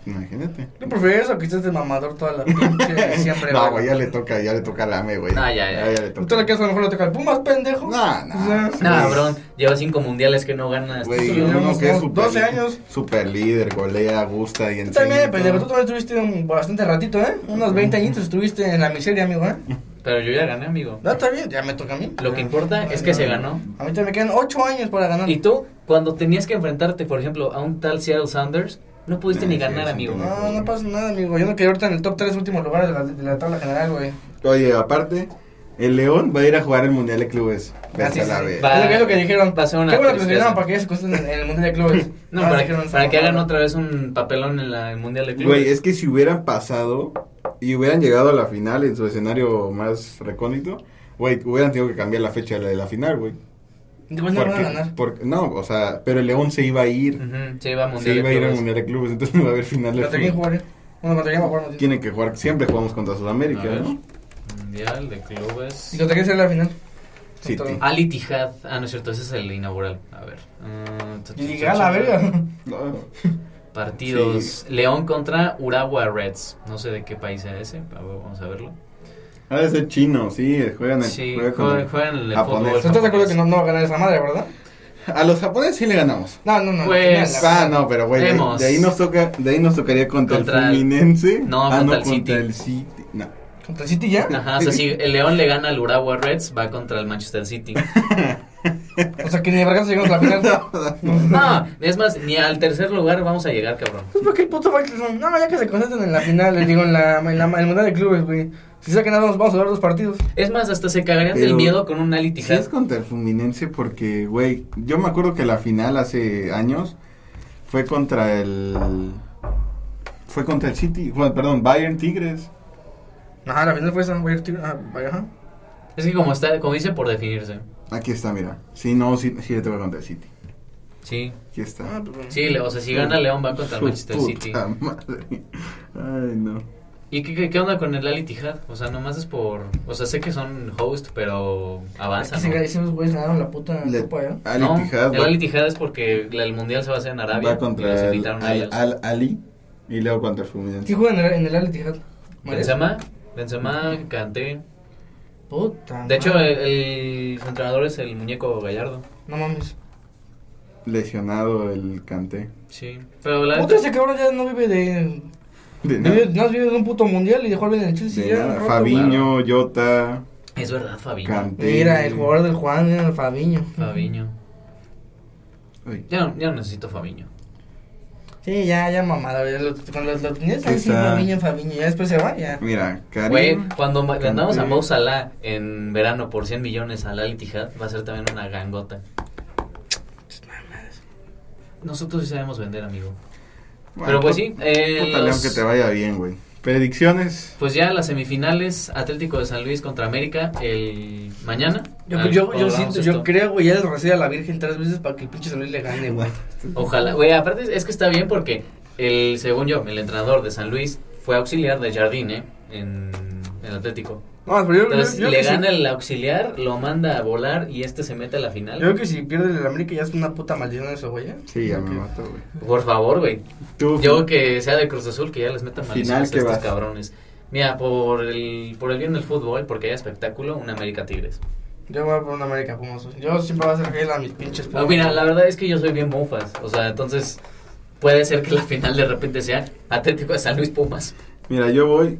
[SPEAKER 3] Imagínate.
[SPEAKER 2] ¿Tú prefieres eso que estés de mamador toda la pinche siempre?
[SPEAKER 3] no, güey, ya le toca, ya le toca al AME, güey. Ah,
[SPEAKER 1] No, Ah, ya, ya.
[SPEAKER 3] le toca.
[SPEAKER 2] ¿Tú le quieres a lo mejor le toca al Pumas, pendejo?
[SPEAKER 3] No, no.
[SPEAKER 2] O sea,
[SPEAKER 3] Sí,
[SPEAKER 1] Nah,
[SPEAKER 3] güey.
[SPEAKER 1] bro, lleva cinco mundiales que no este ganas.
[SPEAKER 3] Güey,
[SPEAKER 2] Sí,
[SPEAKER 3] uno
[SPEAKER 2] llevamos
[SPEAKER 3] que es
[SPEAKER 2] como
[SPEAKER 3] super,
[SPEAKER 2] 12 años.
[SPEAKER 3] Super líder, golea, gusta y
[SPEAKER 2] Tú
[SPEAKER 3] en
[SPEAKER 2] también, pendejo, tú también estuviste un- bastante ratito, ¿eh? Unos 20 añitos estuviste en la miseria, amigo, ¿eh?
[SPEAKER 1] Pero yo ya gané, amigo.
[SPEAKER 2] No, está bien, ya me toca a mí.
[SPEAKER 1] Lo que importa es que se ganó.
[SPEAKER 2] A mí también me quedan 8 años para ganar.
[SPEAKER 1] Y tú, cuando tenías que enfrentarte, por ejemplo, a un tal Seattle Sounders, no pudiste
[SPEAKER 3] Ah,
[SPEAKER 1] ni
[SPEAKER 3] sí,
[SPEAKER 1] ganar,
[SPEAKER 3] sí,
[SPEAKER 1] amigo.
[SPEAKER 3] sí.
[SPEAKER 2] No, no pasa nada, amigo. Yo no quedé ahorita en el top 3 últimos lugares de la, de la tabla general, güey.
[SPEAKER 3] Oye, aparte, el León va a ir a jugar el Mundial de Clubes. Vete
[SPEAKER 2] Así
[SPEAKER 3] a la
[SPEAKER 2] sí.
[SPEAKER 3] vez.
[SPEAKER 1] Ah, Va-
[SPEAKER 2] Es lo que- es lo que dijeron.
[SPEAKER 1] va a ser una
[SPEAKER 2] Qué bueno que
[SPEAKER 1] tristeza.
[SPEAKER 2] se ganaron para que ya se consten en el Mundial de Clubes.
[SPEAKER 1] No,
[SPEAKER 2] Ah,
[SPEAKER 1] para,
[SPEAKER 2] dijeron esa
[SPEAKER 1] para que hagan
[SPEAKER 2] mamada.
[SPEAKER 1] otra vez un papelón en la, el Mundial de Clubes.
[SPEAKER 3] Güey, es que si hubieran pasado y hubieran llegado a la final en su escenario más recóndito, güey, hubieran tenido que cambiar la fecha de la, de la final, güey.
[SPEAKER 2] Igual Pues no van a
[SPEAKER 3] Porque-
[SPEAKER 2] ganar.
[SPEAKER 3] porque- no, o sea, pero el León se iba a ir.
[SPEAKER 1] Ujú, se iba a
[SPEAKER 3] Se
[SPEAKER 1] Mundial
[SPEAKER 3] iba a
[SPEAKER 1] de
[SPEAKER 3] ir al
[SPEAKER 1] Clubes.
[SPEAKER 3] Mundial de Clubes, entonces no va a haber final de
[SPEAKER 2] ¿Contra quién
[SPEAKER 3] fútbol.
[SPEAKER 2] jugaré? Bueno, contra quién me acuerdo.
[SPEAKER 3] Tienen que jugar, siempre jugamos contra Sudamérica,
[SPEAKER 1] A ver.
[SPEAKER 3] ¿no?
[SPEAKER 1] Mundial de
[SPEAKER 2] ¿Y
[SPEAKER 1] Clubes.
[SPEAKER 2] contra quién será la final?
[SPEAKER 3] City.
[SPEAKER 2] Contra-
[SPEAKER 1] Ali Tijad. Ah, no es cierto, ese es el inaugural. A ver. Mm, tu, tu, tu,
[SPEAKER 2] Y gana la
[SPEAKER 1] tu, tu.
[SPEAKER 2] verga.
[SPEAKER 3] No,
[SPEAKER 1] Partidos. León contra Urawa Reds. No sé de qué país es ese. a ver, Vamos a verlo.
[SPEAKER 3] Ha de ser ah, chino, sí, juegan el,
[SPEAKER 1] Sí,
[SPEAKER 3] juegan con-
[SPEAKER 1] juegan, juegan el
[SPEAKER 3] japonés.
[SPEAKER 1] fútbol.
[SPEAKER 2] ¿Estás de acuerdo que no, no va a ganar esa madre, verdad?
[SPEAKER 3] A los japoneses sí le ganamos.
[SPEAKER 2] No, no, no.
[SPEAKER 1] Pues-
[SPEAKER 2] la final,
[SPEAKER 3] Ah, no, pero güey, de,
[SPEAKER 1] Vemos.
[SPEAKER 3] de ahí nos toca, de ahí nos tocaría contra,
[SPEAKER 1] Contra
[SPEAKER 3] el
[SPEAKER 1] el-
[SPEAKER 3] Fluminense.
[SPEAKER 1] No,
[SPEAKER 3] Ah,
[SPEAKER 1] contra el City.
[SPEAKER 3] contra el City. No.
[SPEAKER 2] la- ¿Contra el City ya?
[SPEAKER 1] Ajá, o sea, si el León le gana al Urawa Reds, va contra el Manchester City.
[SPEAKER 2] O sea, que ni verga se llegó a la final.
[SPEAKER 1] No, Ah, es más, ni al tercer lugar vamos a llegar, cabrón.
[SPEAKER 2] Pues porque el puto Faitelson. No, ya que se concentren en la final, les digo, en la, en la- en el mundial de clubes, güey. Si sacan nada, vamos, vamos a ver dos partidos.
[SPEAKER 1] Es más, hasta se cagarían
[SPEAKER 3] Pero-
[SPEAKER 1] del miedo con un Ali
[SPEAKER 3] Sí
[SPEAKER 1] Tijad.
[SPEAKER 3] es contra el Fluminense porque, güey, yo me acuerdo que la final hace años fue contra el fue contra el City, bueno, perdón, Bayern Tigres.
[SPEAKER 2] Ajá, la final fue esa, güey. tío. Ah, vaya, ajá.
[SPEAKER 1] Es que como está, como dice, por definirse.
[SPEAKER 3] Aquí está, mira. Sí, no, sí, sí le toca contra el City.
[SPEAKER 1] Sí,
[SPEAKER 3] Aquí está.
[SPEAKER 2] Ah, pues, bueno.
[SPEAKER 1] sí, le- o sea, si gana León va contra el
[SPEAKER 3] Su
[SPEAKER 1] Manchester
[SPEAKER 3] puta
[SPEAKER 1] City.
[SPEAKER 3] madre. Ay, no.
[SPEAKER 1] ¿Y qué, qué, qué onda con el Ali Tijad? O sea, nomás es por... O sea, sé que son host, pero avanza,
[SPEAKER 2] Es que
[SPEAKER 1] ¿no?
[SPEAKER 2] esos güeyes ganaron la puta
[SPEAKER 3] Le-
[SPEAKER 2] copa, ¿eh?
[SPEAKER 3] Ali
[SPEAKER 1] No,
[SPEAKER 3] Tijad
[SPEAKER 1] el
[SPEAKER 3] va-
[SPEAKER 1] Ali Tijad es porque la- el Mundial se va a hacer en Arabia.
[SPEAKER 3] va
[SPEAKER 1] y los
[SPEAKER 3] contra el,
[SPEAKER 1] invitaron a
[SPEAKER 3] al,
[SPEAKER 1] ellos.
[SPEAKER 3] al- Ali y luego contra el
[SPEAKER 2] ¿Quién
[SPEAKER 3] Fluminense.
[SPEAKER 2] juega en el, en el Al Ittihad?
[SPEAKER 1] Benzema, Benzema, Kanté.
[SPEAKER 2] Puta.
[SPEAKER 1] De hecho,
[SPEAKER 2] madre.
[SPEAKER 1] el, el- su entrenador es el muñeco Gallardo.
[SPEAKER 2] No mames.
[SPEAKER 3] Lesionado el Canté.
[SPEAKER 1] Sí, pero la
[SPEAKER 2] Puta, ese cabrón ya no vive de.
[SPEAKER 3] De
[SPEAKER 2] Vive,
[SPEAKER 3] nada.
[SPEAKER 2] no has vivido de un puto mundial y dejó bien en el Chelsea
[SPEAKER 3] De
[SPEAKER 2] ya.
[SPEAKER 3] nada.
[SPEAKER 2] roto,
[SPEAKER 3] Fabiño, Jota,
[SPEAKER 1] es verdad, Fabiño.
[SPEAKER 3] Canté.
[SPEAKER 2] güey. Mira, el jugador del Juan era el Fabiño.
[SPEAKER 1] Fabiño.
[SPEAKER 3] Uy,
[SPEAKER 1] Ya no, ya no necesito Fabiño.
[SPEAKER 2] Sí, ya, ya mamado. ya lo- Con los lotines ahí sí,
[SPEAKER 3] Está-
[SPEAKER 2] Fabiño en Fabiño. Ya después se va, ya.
[SPEAKER 3] Mira,
[SPEAKER 1] Güey,
[SPEAKER 3] Karim.
[SPEAKER 1] cuando ma- le andamos a
[SPEAKER 3] Kanté.
[SPEAKER 1] Mo Salah en verano por 100 millones al Al Ittihad, va a ser también una gangota. Nosotros sí sabemos vender, amigo.
[SPEAKER 3] Bueno,
[SPEAKER 1] Pero pues
[SPEAKER 3] pú-
[SPEAKER 1] sí, eh,
[SPEAKER 3] púntale,
[SPEAKER 1] los-
[SPEAKER 3] aunque te vaya bien, güey. Predicciones.
[SPEAKER 1] pues ya las semifinales, Atlético de San Luis contra América el mañana. Ah,
[SPEAKER 2] Yo,
[SPEAKER 1] A ver
[SPEAKER 2] yo,
[SPEAKER 1] cómo
[SPEAKER 2] yo
[SPEAKER 1] grabamos
[SPEAKER 2] siento,
[SPEAKER 1] esto.
[SPEAKER 2] yo creo, güey, ya le rocé a la Virgen tres veces para que el pinche San Luis le gane, güey.
[SPEAKER 1] Ojalá, güey, aparte es que está bien porque el, según yo, el entrenador de San Luis fue auxiliar de Jardine eh, en el Atlético.
[SPEAKER 2] No, pero yo,
[SPEAKER 1] Entonces
[SPEAKER 2] yo- yo
[SPEAKER 1] le
[SPEAKER 2] que si-
[SPEAKER 1] gana el auxiliar, lo manda a volar y este se mete a la
[SPEAKER 2] yo
[SPEAKER 1] final.
[SPEAKER 2] creo que si pierde el América ya es una puta maldición eso, güey. ¿eh?
[SPEAKER 3] Sí, ya me
[SPEAKER 2] Ok.
[SPEAKER 3] mató, güey.
[SPEAKER 1] Por favor, güey.
[SPEAKER 3] Tú,
[SPEAKER 1] Yo que sea de Cruz Azul, que ya les metan
[SPEAKER 3] Final,
[SPEAKER 1] maldiciones a
[SPEAKER 3] ¿qué
[SPEAKER 1] estos
[SPEAKER 3] vas?
[SPEAKER 1] cabrones. Mira, por el, por el bien del fútbol, porque hay espectáculo, un América Tigres.
[SPEAKER 2] Yo voy a por un América Pumas. güey. Yo siempre voy a hacer gel a mis pinches
[SPEAKER 1] Ah, mira, la verdad es que yo soy bien mufas. O sea, entonces puede ser que la final de repente sea Atlético de San Luis Pumas.
[SPEAKER 3] Mira, yo voy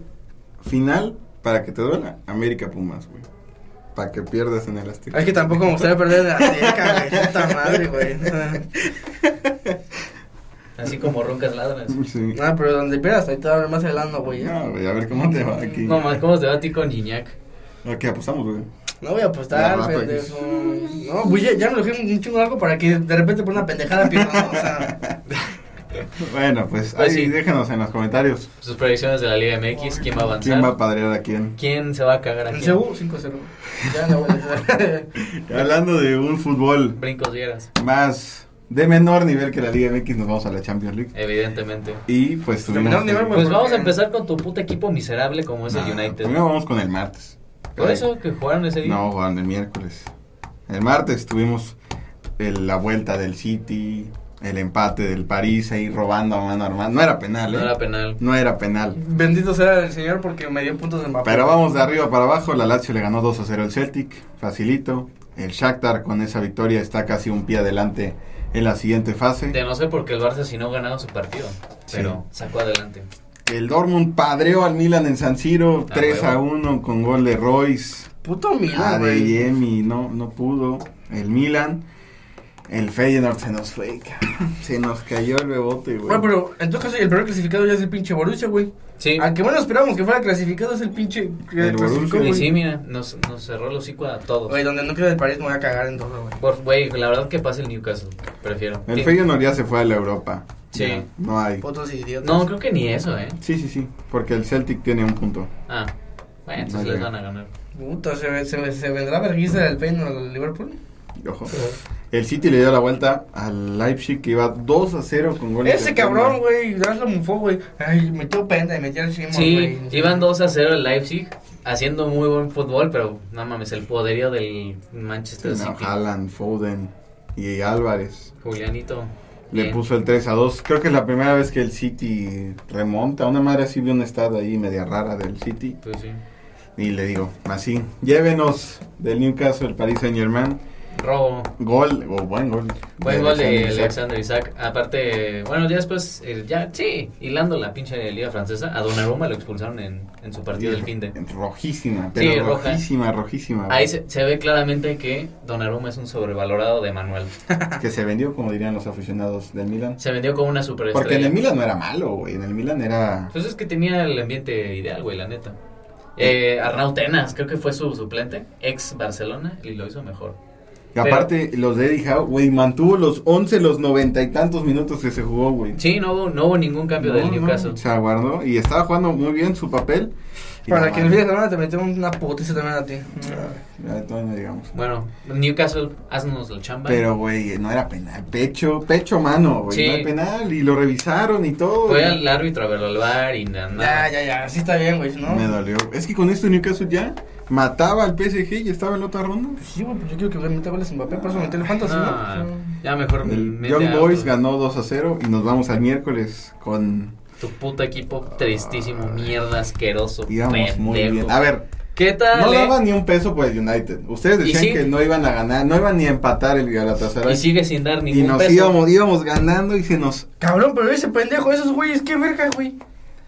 [SPEAKER 3] final para que te duela. América Pumas, güey. Para que pierdas en el Azteca.
[SPEAKER 2] Es que tampoco me gustaría perder de la Azteca, güey. Puta madre, güey. O sea,
[SPEAKER 1] Así como roncas ladras.
[SPEAKER 3] Sí.
[SPEAKER 1] Ah,
[SPEAKER 2] No, pero donde pierdas, ahí te va a ver más el ano, güey. ¿eh?
[SPEAKER 3] No, güey, a ver cómo te va aquí.
[SPEAKER 1] No más, ¿cómo se va a ti con Gignac?
[SPEAKER 3] ¿A qué apostamos, güey?
[SPEAKER 2] No voy a apostar,
[SPEAKER 3] Ya, rato,
[SPEAKER 2] pendejo. No, güey, ya, ya me lo dejé un chingo largo para que de repente por una pendejada pierda, ¿no? O sea,
[SPEAKER 3] Bueno, pues,
[SPEAKER 1] Pues
[SPEAKER 3] ahí
[SPEAKER 1] sí.
[SPEAKER 3] déjenos en los comentarios
[SPEAKER 1] Sus predicciones de la Liga MX, ¿quién va a avanzar?
[SPEAKER 3] quién va a padrear a quién.
[SPEAKER 1] ¿Quién se va a cagar
[SPEAKER 2] en
[SPEAKER 1] aquí?
[SPEAKER 2] CU 5-0. Ya no voy a dejar.
[SPEAKER 3] Hablando de un fútbol
[SPEAKER 1] Brincos dieras,
[SPEAKER 3] más de menor nivel que la Liga MX, nos vamos a la Champions League.
[SPEAKER 1] evidentemente.
[SPEAKER 3] Y pues
[SPEAKER 2] De
[SPEAKER 3] tuvimos
[SPEAKER 2] menor nivel,
[SPEAKER 3] que-
[SPEAKER 2] güey,
[SPEAKER 1] Pues
[SPEAKER 2] ¿por
[SPEAKER 1] vamos
[SPEAKER 2] qué?
[SPEAKER 1] a empezar con tu puto equipo miserable como es
[SPEAKER 3] No,
[SPEAKER 1] pues el United.
[SPEAKER 3] Primero vamos con el martes.
[SPEAKER 1] Por eso que jugaron ese día.
[SPEAKER 3] No, Juan, el miércoles. El martes tuvimos el- la vuelta del City, el empate del París ahí robando a mano armada. No era penal, ¿eh?
[SPEAKER 1] No era penal.
[SPEAKER 3] No era penal.
[SPEAKER 2] Bendito sea el señor porque me dio puntos de mapa.
[SPEAKER 3] Pero vamos de arriba para abajo. La Lazio le ganó 2 a 0 al Celtic. Facilito. El Shakhtar con esa victoria está casi un pie adelante en la siguiente fase.
[SPEAKER 1] De no sé por qué el Barça si no ganaba su partido, pero sacó adelante.
[SPEAKER 3] El Dortmund padreó al Milan en San Siro
[SPEAKER 1] Ah,
[SPEAKER 3] 3 a
[SPEAKER 1] huevo.
[SPEAKER 3] 1 con gol de Royce.
[SPEAKER 2] Puto
[SPEAKER 3] Ah,
[SPEAKER 2] Milan,
[SPEAKER 3] de
[SPEAKER 2] güey.
[SPEAKER 3] Yemi, no, no pudo. El Milan. El Feyenoord se nos fue, cabrón. Se nos cayó el bebote, güey.
[SPEAKER 2] Güey, pero en todo caso, el peor clasificado ya es el pinche Borussia, güey.
[SPEAKER 1] Sí,
[SPEAKER 3] Ah,
[SPEAKER 2] Al que menos esperábamos que fuera clasificado es el pinche que
[SPEAKER 3] El
[SPEAKER 2] clasificó,
[SPEAKER 3] Borussia.
[SPEAKER 1] y
[SPEAKER 2] güey.
[SPEAKER 1] sí, mira, nos, nos cerró el hocico a todos.
[SPEAKER 2] Güey, donde no quede el París me voy a cagar en todo, güey.
[SPEAKER 1] Por- Güey, la verdad que pasa el Newcastle, prefiero.
[SPEAKER 3] El
[SPEAKER 1] Sí.
[SPEAKER 3] Feyenoord ya se fue a la Europa.
[SPEAKER 1] Sí.
[SPEAKER 3] Ya, no hay.
[SPEAKER 2] Putos idiotas.
[SPEAKER 1] No, creo que ni eso, ¿eh?
[SPEAKER 3] Sí, sí, sí. Porque el Celtic tiene un punto.
[SPEAKER 1] Ah, bueno, entonces
[SPEAKER 3] Vale.
[SPEAKER 1] les van a ganar.
[SPEAKER 2] Puta, ¿se, ve- se, ve- se vendrá vergüenza del Peino al Liverpool?
[SPEAKER 3] Y Ojo. El City le dio la vuelta al Leipzig que iba 2 a 0 con goles.
[SPEAKER 2] Ese
[SPEAKER 3] de
[SPEAKER 2] cabrón,
[SPEAKER 3] Tecma.
[SPEAKER 2] güey, ya lo mufó, güey. Ay, metió penda y metió el Simon,
[SPEAKER 1] Sí,
[SPEAKER 2] güey.
[SPEAKER 1] iban 2 a 0 el Leipzig, haciendo muy buen fútbol, pero no mames, el poderío del
[SPEAKER 3] Sí,
[SPEAKER 1] Manchester
[SPEAKER 3] no,
[SPEAKER 1] City.
[SPEAKER 3] Haaland, Foden y Álvarez.
[SPEAKER 1] Julianito.
[SPEAKER 3] Le
[SPEAKER 1] bien.
[SPEAKER 3] puso el 3 a 2. Creo que es la primera vez que el City remonta. Una madre así vi un estado ahí media rara del City.
[SPEAKER 1] Pues sí.
[SPEAKER 3] Y le digo, así, llévenos del Newcastle, el Paris Saint Germain.
[SPEAKER 1] Robo.
[SPEAKER 3] Gol, o buen gol.
[SPEAKER 1] Buen gol de
[SPEAKER 3] Alexander Isaac.
[SPEAKER 1] Alexander Isaac. Aparte, bueno, ya después, eh, ya, sí, hilando la pinche liga francesa, a Donnarumma lo expulsaron en, en su partido del fin de.
[SPEAKER 3] Rojísima, pero
[SPEAKER 1] Sí, roja.
[SPEAKER 3] rojísima, rojísima.
[SPEAKER 1] Ahí se, se ve claramente que Donnarumma es un sobrevalorado de Manuel.
[SPEAKER 3] Que se vendió, como dirían los aficionados del Milan.
[SPEAKER 1] Se vendió como una
[SPEAKER 3] Porque en
[SPEAKER 1] superestrella.
[SPEAKER 3] el Milan no era malo, güey. En el Milan era...
[SPEAKER 1] Pues es que tenía el ambiente ideal, güey, la neta. Eh, Arnau Tenas, creo que fue su suplente, ex Barcelona, y lo hizo mejor.
[SPEAKER 3] Y aparte, los de Eddie Howe, güey, mantuvo los 11, los noventa y tantos minutos que se jugó, güey.
[SPEAKER 1] Sí, no hubo, no hubo ningún cambio
[SPEAKER 3] No,
[SPEAKER 1] del
[SPEAKER 3] no,
[SPEAKER 1] Newcastle.
[SPEAKER 3] se aguardó y estaba jugando muy bien su papel. Y
[SPEAKER 2] Para
[SPEAKER 3] no,
[SPEAKER 2] que el fin de semana te metió una putiza también a ti.
[SPEAKER 3] Ya, ya, todavía no llegamos.
[SPEAKER 1] Bueno, Newcastle, haznos la chamba.
[SPEAKER 3] Pero, güey, no era penal. Pecho, pecho, mano, güey.
[SPEAKER 1] Sí.
[SPEAKER 3] No era penal. Y lo revisaron y todo.
[SPEAKER 1] Fue
[SPEAKER 3] güey.
[SPEAKER 1] al árbitro a verlo al bar y nada.
[SPEAKER 2] Ya, ya, ya, sí está bien, güey, ¿no?
[SPEAKER 3] Me dolió. Es que con esto Newcastle ya mataba al PSG y estaba en la otra ronda.
[SPEAKER 2] Sí, güey, pues yo quiero que meta goles en papel, por eso metí
[SPEAKER 1] Ah.
[SPEAKER 2] el fantasy,
[SPEAKER 1] No,
[SPEAKER 2] ¿no?
[SPEAKER 1] ya mejor
[SPEAKER 3] El
[SPEAKER 1] mete
[SPEAKER 3] Young
[SPEAKER 1] a
[SPEAKER 3] Boys
[SPEAKER 1] tu-
[SPEAKER 3] ganó 2 a 0 y nos vamos al miércoles con...
[SPEAKER 1] Tu puto equipo tristísimo, mierda, asqueroso.
[SPEAKER 3] Íbamos muy
[SPEAKER 1] pendejo.
[SPEAKER 3] bien. A ver,
[SPEAKER 1] ¿Qué tal?
[SPEAKER 3] no
[SPEAKER 1] eh?
[SPEAKER 3] daban ni un peso por el United. Ustedes decían
[SPEAKER 1] sí.
[SPEAKER 3] que no iban a ganar, no iban ni a empatar el Galatasaray.
[SPEAKER 1] Y sigue sin dar
[SPEAKER 3] Y
[SPEAKER 1] ningún
[SPEAKER 3] nos
[SPEAKER 1] peso.
[SPEAKER 3] íbamos, íbamos ganando y se nos
[SPEAKER 2] Cabrón, pero ese pendejo, esos güeyes, qué verga, güey.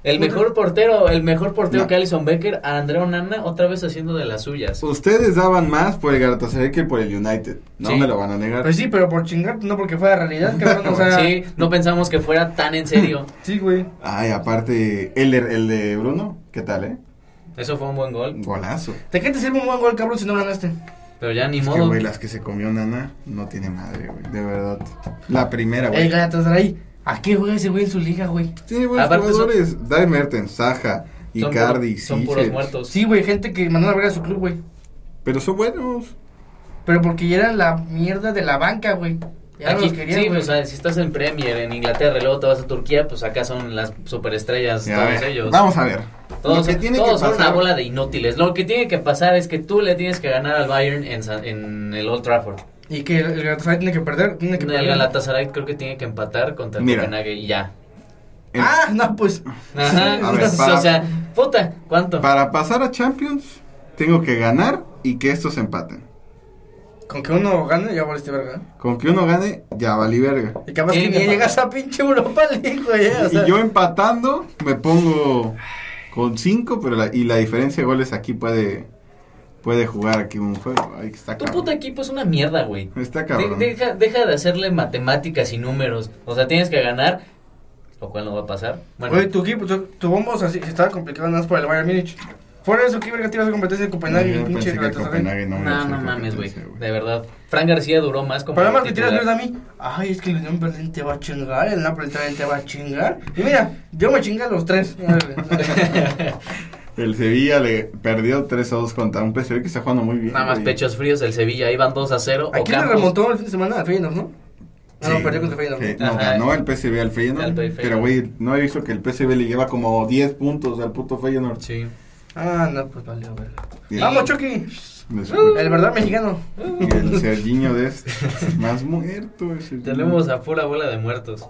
[SPEAKER 1] El mejor portero, el mejor portero que Alison Becker, a Andrea Onana otra vez haciendo de las suyas.
[SPEAKER 3] Ustedes daban más por el Galatasaray que por el United. No
[SPEAKER 1] Sí.
[SPEAKER 3] me lo van a negar.
[SPEAKER 2] Pues sí, pero por chingar, no porque fuera realidad, cabrón, o sea...
[SPEAKER 1] sí, no pensamos que fuera tan en serio.
[SPEAKER 2] Sí, güey.
[SPEAKER 3] Ay, aparte, el de, el de Bruno, ¿qué tal, eh?
[SPEAKER 1] Eso fue un buen gol,
[SPEAKER 3] Golazo.
[SPEAKER 2] ¿De qué te sirve un buen gol, cabrón, si no ganaste?
[SPEAKER 1] pero ya ni
[SPEAKER 3] Es que,
[SPEAKER 1] modo.
[SPEAKER 3] güey, las que se comió Nana no tiene madre, güey. De verdad. La
[SPEAKER 1] Ah,
[SPEAKER 3] primera,
[SPEAKER 2] El
[SPEAKER 3] güey.
[SPEAKER 2] Galatasaray, ¿a qué juega ese güey en su liga, güey?
[SPEAKER 3] Tiene buenos
[SPEAKER 1] Aparte son-
[SPEAKER 3] jugadores. Dai Mertens, Saja,
[SPEAKER 1] Son
[SPEAKER 3] Icardi,
[SPEAKER 1] puro- son puros
[SPEAKER 3] Ziyech.
[SPEAKER 1] muertos.
[SPEAKER 2] Sí, güey, gente que mandó a la verga a su club, güey.
[SPEAKER 3] Pero son buenos.
[SPEAKER 2] Pero porque ya era la mierda de la banca, güey. Ya no
[SPEAKER 1] Aquí,
[SPEAKER 2] los querían,
[SPEAKER 1] sí, pues,
[SPEAKER 2] güey.
[SPEAKER 1] o sea, si estás en Premier en Inglaterra y luego te vas a Turquía, pues acá son las superestrellas
[SPEAKER 3] Ya, a
[SPEAKER 1] todos
[SPEAKER 3] ver,
[SPEAKER 1] ellos.
[SPEAKER 3] Vamos a ver.
[SPEAKER 1] Todos,
[SPEAKER 3] Lo que
[SPEAKER 1] son-
[SPEAKER 3] tiene
[SPEAKER 1] todos
[SPEAKER 3] que
[SPEAKER 1] son una
[SPEAKER 3] pasar-
[SPEAKER 1] bola de inútiles. Lo que tiene que pasar es que tú le tienes que ganar al Bayern en, San- en el Old Trafford.
[SPEAKER 2] Y que el, el Galatasaray tiene que perder, tiene que
[SPEAKER 1] El
[SPEAKER 2] perder.
[SPEAKER 1] Galatasaray creo que tiene que empatar contra el
[SPEAKER 3] Mira.
[SPEAKER 1] Copenhague y ya.
[SPEAKER 3] en-
[SPEAKER 2] Ah, no, pues.
[SPEAKER 1] Ajá.
[SPEAKER 3] A ver,
[SPEAKER 1] O
[SPEAKER 3] para-
[SPEAKER 1] sea, puta, ¿cuánto?
[SPEAKER 3] Para pasar a Champions, tengo que ganar y que estos empaten.
[SPEAKER 2] Con que uno gane, ya valiste verga.
[SPEAKER 3] Con que uno gane, ya vale verga.
[SPEAKER 2] Y capaz que
[SPEAKER 1] Tiene
[SPEAKER 2] ni
[SPEAKER 1] que pagar.
[SPEAKER 2] llegas a pinche Europa League, güey. eh, o sea.
[SPEAKER 3] Y yo empatando, me pongo con 5, pero la, y la diferencia de goles aquí puede, puede jugar aquí un juego. Ahí está
[SPEAKER 1] tu
[SPEAKER 3] cabrón.
[SPEAKER 1] puto equipo es una mierda, güey.
[SPEAKER 3] Está
[SPEAKER 1] De-
[SPEAKER 3] cabrón.
[SPEAKER 1] deja, deja de hacerle matemáticas y números. O sea, tienes que ganar, lo cual no va a pasar. Bueno,
[SPEAKER 2] Güey, tu equipo, tu, tu bombo, o sea, sí, estaba complicado nada más por el Bayern Múnich. Fuera de eso, ¿qué verga te ibas a competencia de Copenhague y
[SPEAKER 3] Yo
[SPEAKER 2] el pinche
[SPEAKER 3] pensé que
[SPEAKER 2] Galatasaray?
[SPEAKER 3] Copenhague no
[SPEAKER 1] no,
[SPEAKER 3] me iba a
[SPEAKER 1] no
[SPEAKER 3] hacer
[SPEAKER 1] mames, güey.
[SPEAKER 3] competencia,
[SPEAKER 1] De verdad. Fran García duró más como.
[SPEAKER 2] Para nada más me tiras
[SPEAKER 1] titular.
[SPEAKER 2] mierda a mí. Ay, es que el Unión Berlín te va a chingar, el Napoli también te va a chingar. Y mira, yo me chingué a los tres.
[SPEAKER 3] El Sevilla le perdió 3 a 2 contra un PSV que está jugando muy bien.
[SPEAKER 1] Nada más
[SPEAKER 3] güey.
[SPEAKER 1] pechos fríos del Sevilla. Iban 2 a 0.
[SPEAKER 2] Aquí le
[SPEAKER 1] Ocampos-
[SPEAKER 2] remontó el fin de semana al Feyenoord, ¿no? Ah, no,
[SPEAKER 3] Sí,
[SPEAKER 2] perdió contra Feyenoord.
[SPEAKER 3] sí, no,
[SPEAKER 1] Ajá.
[SPEAKER 3] ganó el PSV al
[SPEAKER 1] Al
[SPEAKER 3] Feyenoord.
[SPEAKER 1] Feyenoord.
[SPEAKER 3] Pero, güey, no he visto que el PSV le lleva como 10 puntos al puto Feyenoord.
[SPEAKER 1] Sí.
[SPEAKER 2] Ah, no, pues valió, verga.
[SPEAKER 3] Y-
[SPEAKER 2] Vamos, Uh. Chucky.
[SPEAKER 3] Después-
[SPEAKER 2] El verdad mexicano.
[SPEAKER 3] Y el Serginho de este, más muerto. el Serginho.
[SPEAKER 1] Tenemos a pura bola de muertos.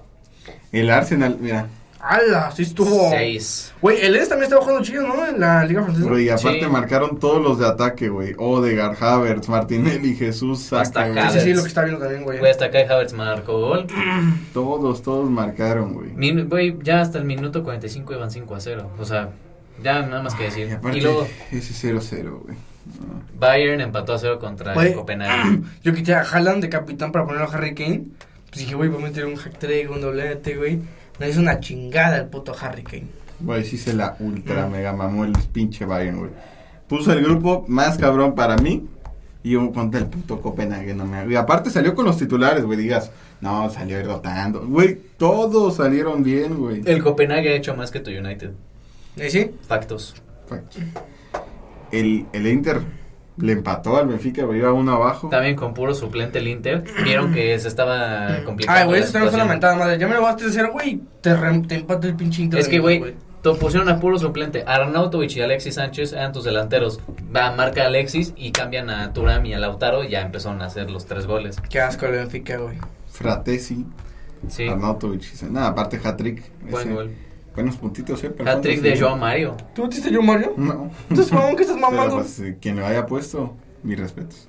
[SPEAKER 3] El Arsenal, mira.
[SPEAKER 2] ¡Hala! Sí estuvo.
[SPEAKER 1] 6.
[SPEAKER 2] Güey, el Eres también estaba jugando chido, ¿no? En la Liga Francesa.
[SPEAKER 3] Güey, aparte
[SPEAKER 1] Sí.
[SPEAKER 3] marcaron todos los de ataque, güey. Odegaard, Havertz, Martinelli, Jesús,
[SPEAKER 1] Hasta
[SPEAKER 3] Saka, güey.
[SPEAKER 2] Sí, sí, sí,
[SPEAKER 1] Havertz.
[SPEAKER 2] lo que está viendo también, güey.
[SPEAKER 1] Güey, hasta acá Havertz marcó gol.
[SPEAKER 3] Todos, todos marcaron, güey.
[SPEAKER 1] Min- Güey, ya hasta el minuto 45 iban 5 a 0. O sea, ya nada más que
[SPEAKER 3] Y
[SPEAKER 1] decir.
[SPEAKER 3] aparte,
[SPEAKER 1] Y luego
[SPEAKER 3] ese 0-0, güey. No.
[SPEAKER 1] Bayern empató a 0 contra
[SPEAKER 2] Güey.
[SPEAKER 1] el Copenhague.
[SPEAKER 2] Yo quité a Haaland de capitán para ponerlo a Harry Kane. Pues dije, güey, voy a meter un hack trick, un doblete, güey. No hizo una chingada el puto Harry Kane.
[SPEAKER 3] Güey, sí se la ultra
[SPEAKER 2] Mm.
[SPEAKER 3] mega mamó el pinche Bayern, güey. Puso el grupo más cabrón para mí. Y yo contra el puto Copenhague, no me hagas. Y aparte salió con los titulares, güey. Digas, no, salió rotando. Güey, todos salieron bien, güey.
[SPEAKER 1] El Copenhague ha hecho más que tu United.
[SPEAKER 2] ¿Y sí?
[SPEAKER 1] Factos.
[SPEAKER 3] El, el Inter le empató al Benfica, güey. Iba uno abajo.
[SPEAKER 1] También con puro suplente el Inter. Vieron que se estaba complicando.
[SPEAKER 2] Ay, Ah, güey,
[SPEAKER 1] Ah, la
[SPEAKER 2] eso también fue
[SPEAKER 1] situación.
[SPEAKER 2] una mentada madre. Ya me lo vas a decir, güey. Te, re- te empata el pinche Inter.
[SPEAKER 1] Es
[SPEAKER 2] de
[SPEAKER 1] que,
[SPEAKER 2] Milán,
[SPEAKER 1] güey, to- pusieron a puro suplente. Arnautovic y Alexis Sánchez eran tus delanteros. Va, marca Alexis y cambian a Turam y a Lautaro. Y ya empezaron a hacer los tres goles.
[SPEAKER 2] Qué asco el Benfica, güey.
[SPEAKER 3] Fratesi,
[SPEAKER 1] Sí,
[SPEAKER 3] Arnautovic. dice, Nada, aparte hat-trick.
[SPEAKER 1] buen
[SPEAKER 3] ese,
[SPEAKER 1] gol.
[SPEAKER 3] Buenos puntitos, ¿eh? Pero
[SPEAKER 1] Hat-trick
[SPEAKER 3] ¿cuántos
[SPEAKER 1] de
[SPEAKER 3] lleva?
[SPEAKER 1] Joao Mario.
[SPEAKER 2] ¿Tú metiste yo, Mario?
[SPEAKER 3] No.
[SPEAKER 2] Entonces, mamón, que estás
[SPEAKER 3] Pero,
[SPEAKER 2] mamando?
[SPEAKER 3] pues, eh, quien lo haya puesto, mis respetos.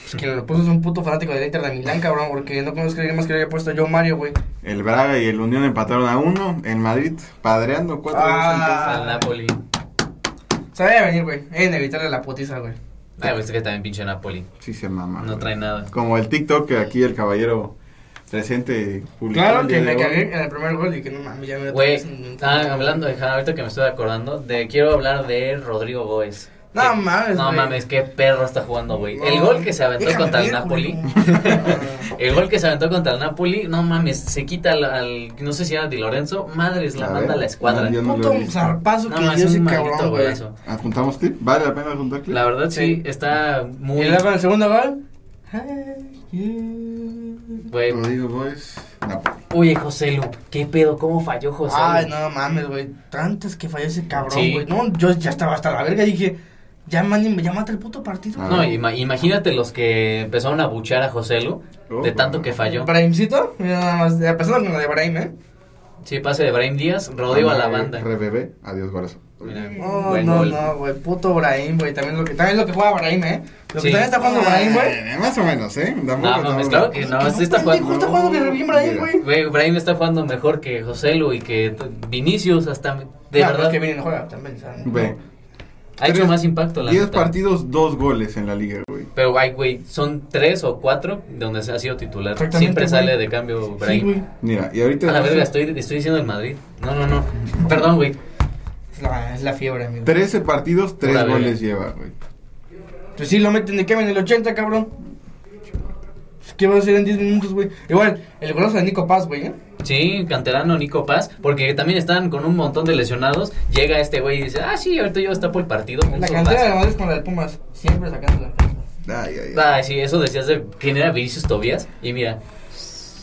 [SPEAKER 2] Pues que lo puso es un puto fanático del Inter de Milán, cabrón, porque no conozco a alguien más que le haya puesto yo, Mario, güey.
[SPEAKER 3] El Braga y el Unión empataron a uno. El Madrid padreando cuatro
[SPEAKER 2] Ah.
[SPEAKER 1] Al Napoli.
[SPEAKER 2] Sabía venir, güey. Era inevitable la putiza, güey.
[SPEAKER 1] Ay, pues es que también pinche Napoli.
[SPEAKER 3] Sí se mama.
[SPEAKER 1] No
[SPEAKER 3] güey.
[SPEAKER 1] trae nada.
[SPEAKER 3] Como el TikTok que aquí el caballero presente publicó.
[SPEAKER 2] Claro
[SPEAKER 3] el
[SPEAKER 2] que
[SPEAKER 3] día de
[SPEAKER 2] me
[SPEAKER 3] hoy.
[SPEAKER 2] cagué en el primer gol y que no mames, ya me lo
[SPEAKER 1] Güey,
[SPEAKER 2] traes en-
[SPEAKER 1] ah, hablando, de- ahorita que me estoy acordando, de quiero hablar de Rodrigo Góez.
[SPEAKER 2] No
[SPEAKER 1] Que-
[SPEAKER 2] mames,
[SPEAKER 1] No
[SPEAKER 2] güey.
[SPEAKER 1] mames, qué perro está jugando, güey.
[SPEAKER 2] No.
[SPEAKER 1] El gol que se aventó
[SPEAKER 2] Déjame
[SPEAKER 1] contra el
[SPEAKER 2] ver,
[SPEAKER 1] Napoli.
[SPEAKER 2] culero.
[SPEAKER 1] El gol que se aventó contra el Napoli, no mames, se quita al, al- no sé si era Di Lorenzo, madres, la
[SPEAKER 3] A
[SPEAKER 1] manda a
[SPEAKER 3] ver,
[SPEAKER 1] la escuadra.
[SPEAKER 3] no, yo
[SPEAKER 1] No,
[SPEAKER 3] no lo he
[SPEAKER 2] Puto
[SPEAKER 3] visto.
[SPEAKER 2] zarpazo que
[SPEAKER 1] mames,
[SPEAKER 2] dio ese
[SPEAKER 1] un
[SPEAKER 2] cabrón,
[SPEAKER 1] maldito
[SPEAKER 2] güey.
[SPEAKER 1] golazo.
[SPEAKER 3] ¿Apuntamos clip? ¿Vale la pena juntar clip?
[SPEAKER 1] La verdad sí,
[SPEAKER 2] Sí.
[SPEAKER 1] está muy
[SPEAKER 2] Y luego en el segundo gol. Hey, yeah.
[SPEAKER 1] güey.
[SPEAKER 3] Rodrigo Boys. pues, Napoli.
[SPEAKER 1] Oye, José Lu, qué pedo, cómo falló José Lu?
[SPEAKER 2] Ay, no mames, güey. Tantas que falló ese cabrón,
[SPEAKER 1] Pues Sí.
[SPEAKER 2] güey. No, yo ya estaba hasta la verga y dije, ya, man, ya mata el puto partido.
[SPEAKER 3] Ah.
[SPEAKER 1] No, ima- imagínate los que empezaron a buchar a José Lu
[SPEAKER 3] Oh,
[SPEAKER 1] de tanto
[SPEAKER 3] bueno.
[SPEAKER 1] que falló.
[SPEAKER 2] Brahimcito, mira nada más, empezando con la de Brahim, ¿eh?
[SPEAKER 1] Sí, pase de Brian Díaz, rodeo a la banda.
[SPEAKER 3] Rebebe, adiós, corazón.
[SPEAKER 1] Mira,
[SPEAKER 2] No,
[SPEAKER 1] buen
[SPEAKER 2] no,
[SPEAKER 1] gol.
[SPEAKER 2] no, güey. Puto Brahim, güey. También lo que, también lo que juega Brahim, ¿eh? Lo que
[SPEAKER 1] Sí.
[SPEAKER 2] también está jugando Brahim, güey.
[SPEAKER 3] Eh, Más o menos, ¿eh? Tampoco
[SPEAKER 1] No, mames,
[SPEAKER 3] estamos-
[SPEAKER 1] claro que no, sí está
[SPEAKER 2] Pendejo,
[SPEAKER 1] jugando.
[SPEAKER 2] está jugando bien bien Brahim, güey.
[SPEAKER 1] Güey, Brian está jugando mejor que Joselu y que t- Vinicius, hasta de
[SPEAKER 2] No, pero
[SPEAKER 1] verdad.
[SPEAKER 2] Es que vienen y juega también, ¿sabes?
[SPEAKER 3] Ve,
[SPEAKER 1] ha hecho
[SPEAKER 3] tres-
[SPEAKER 1] más impacto la
[SPEAKER 3] 10
[SPEAKER 1] neta.
[SPEAKER 3] partidos, 2 goles en la liga, güey.
[SPEAKER 1] Pero, ay, güey, son tres o cuatro donde se ha sido titular.
[SPEAKER 2] Exactamente,
[SPEAKER 1] Siempre
[SPEAKER 2] güey.
[SPEAKER 1] sale de cambio
[SPEAKER 2] Sí,
[SPEAKER 1] Brahim.
[SPEAKER 2] güey.
[SPEAKER 3] Mira, y ahorita
[SPEAKER 1] a la verga, estoy, estoy diciendo el Madrid. No, no, no. Perdón, güey.
[SPEAKER 2] Es la, es la fiebre, amigo.
[SPEAKER 3] 13 partidos, 3
[SPEAKER 1] Pura verga.
[SPEAKER 3] goles lleva, güey.
[SPEAKER 2] Pues sí, lo meten de cambio en el 80, cabrón. Pues, ¿Qué va a hacer en 10 minutos, güey? Igual, el golazo de Nico Paz, güey, ¿eh?
[SPEAKER 1] Sí, canterano Nico Paz, porque también están con un montón de lesionados. Llega este güey y dice, ah, sí, ahorita yo está por el partido.
[SPEAKER 2] La
[SPEAKER 1] Nelson
[SPEAKER 2] cantera de
[SPEAKER 1] Paz".
[SPEAKER 2] Madrid con la de Pumas. Siempre sacando la cantera.
[SPEAKER 3] Ay, ay, ay.
[SPEAKER 1] Ay, sí, eso decías de quién era Vinicius Tobías. Y mira,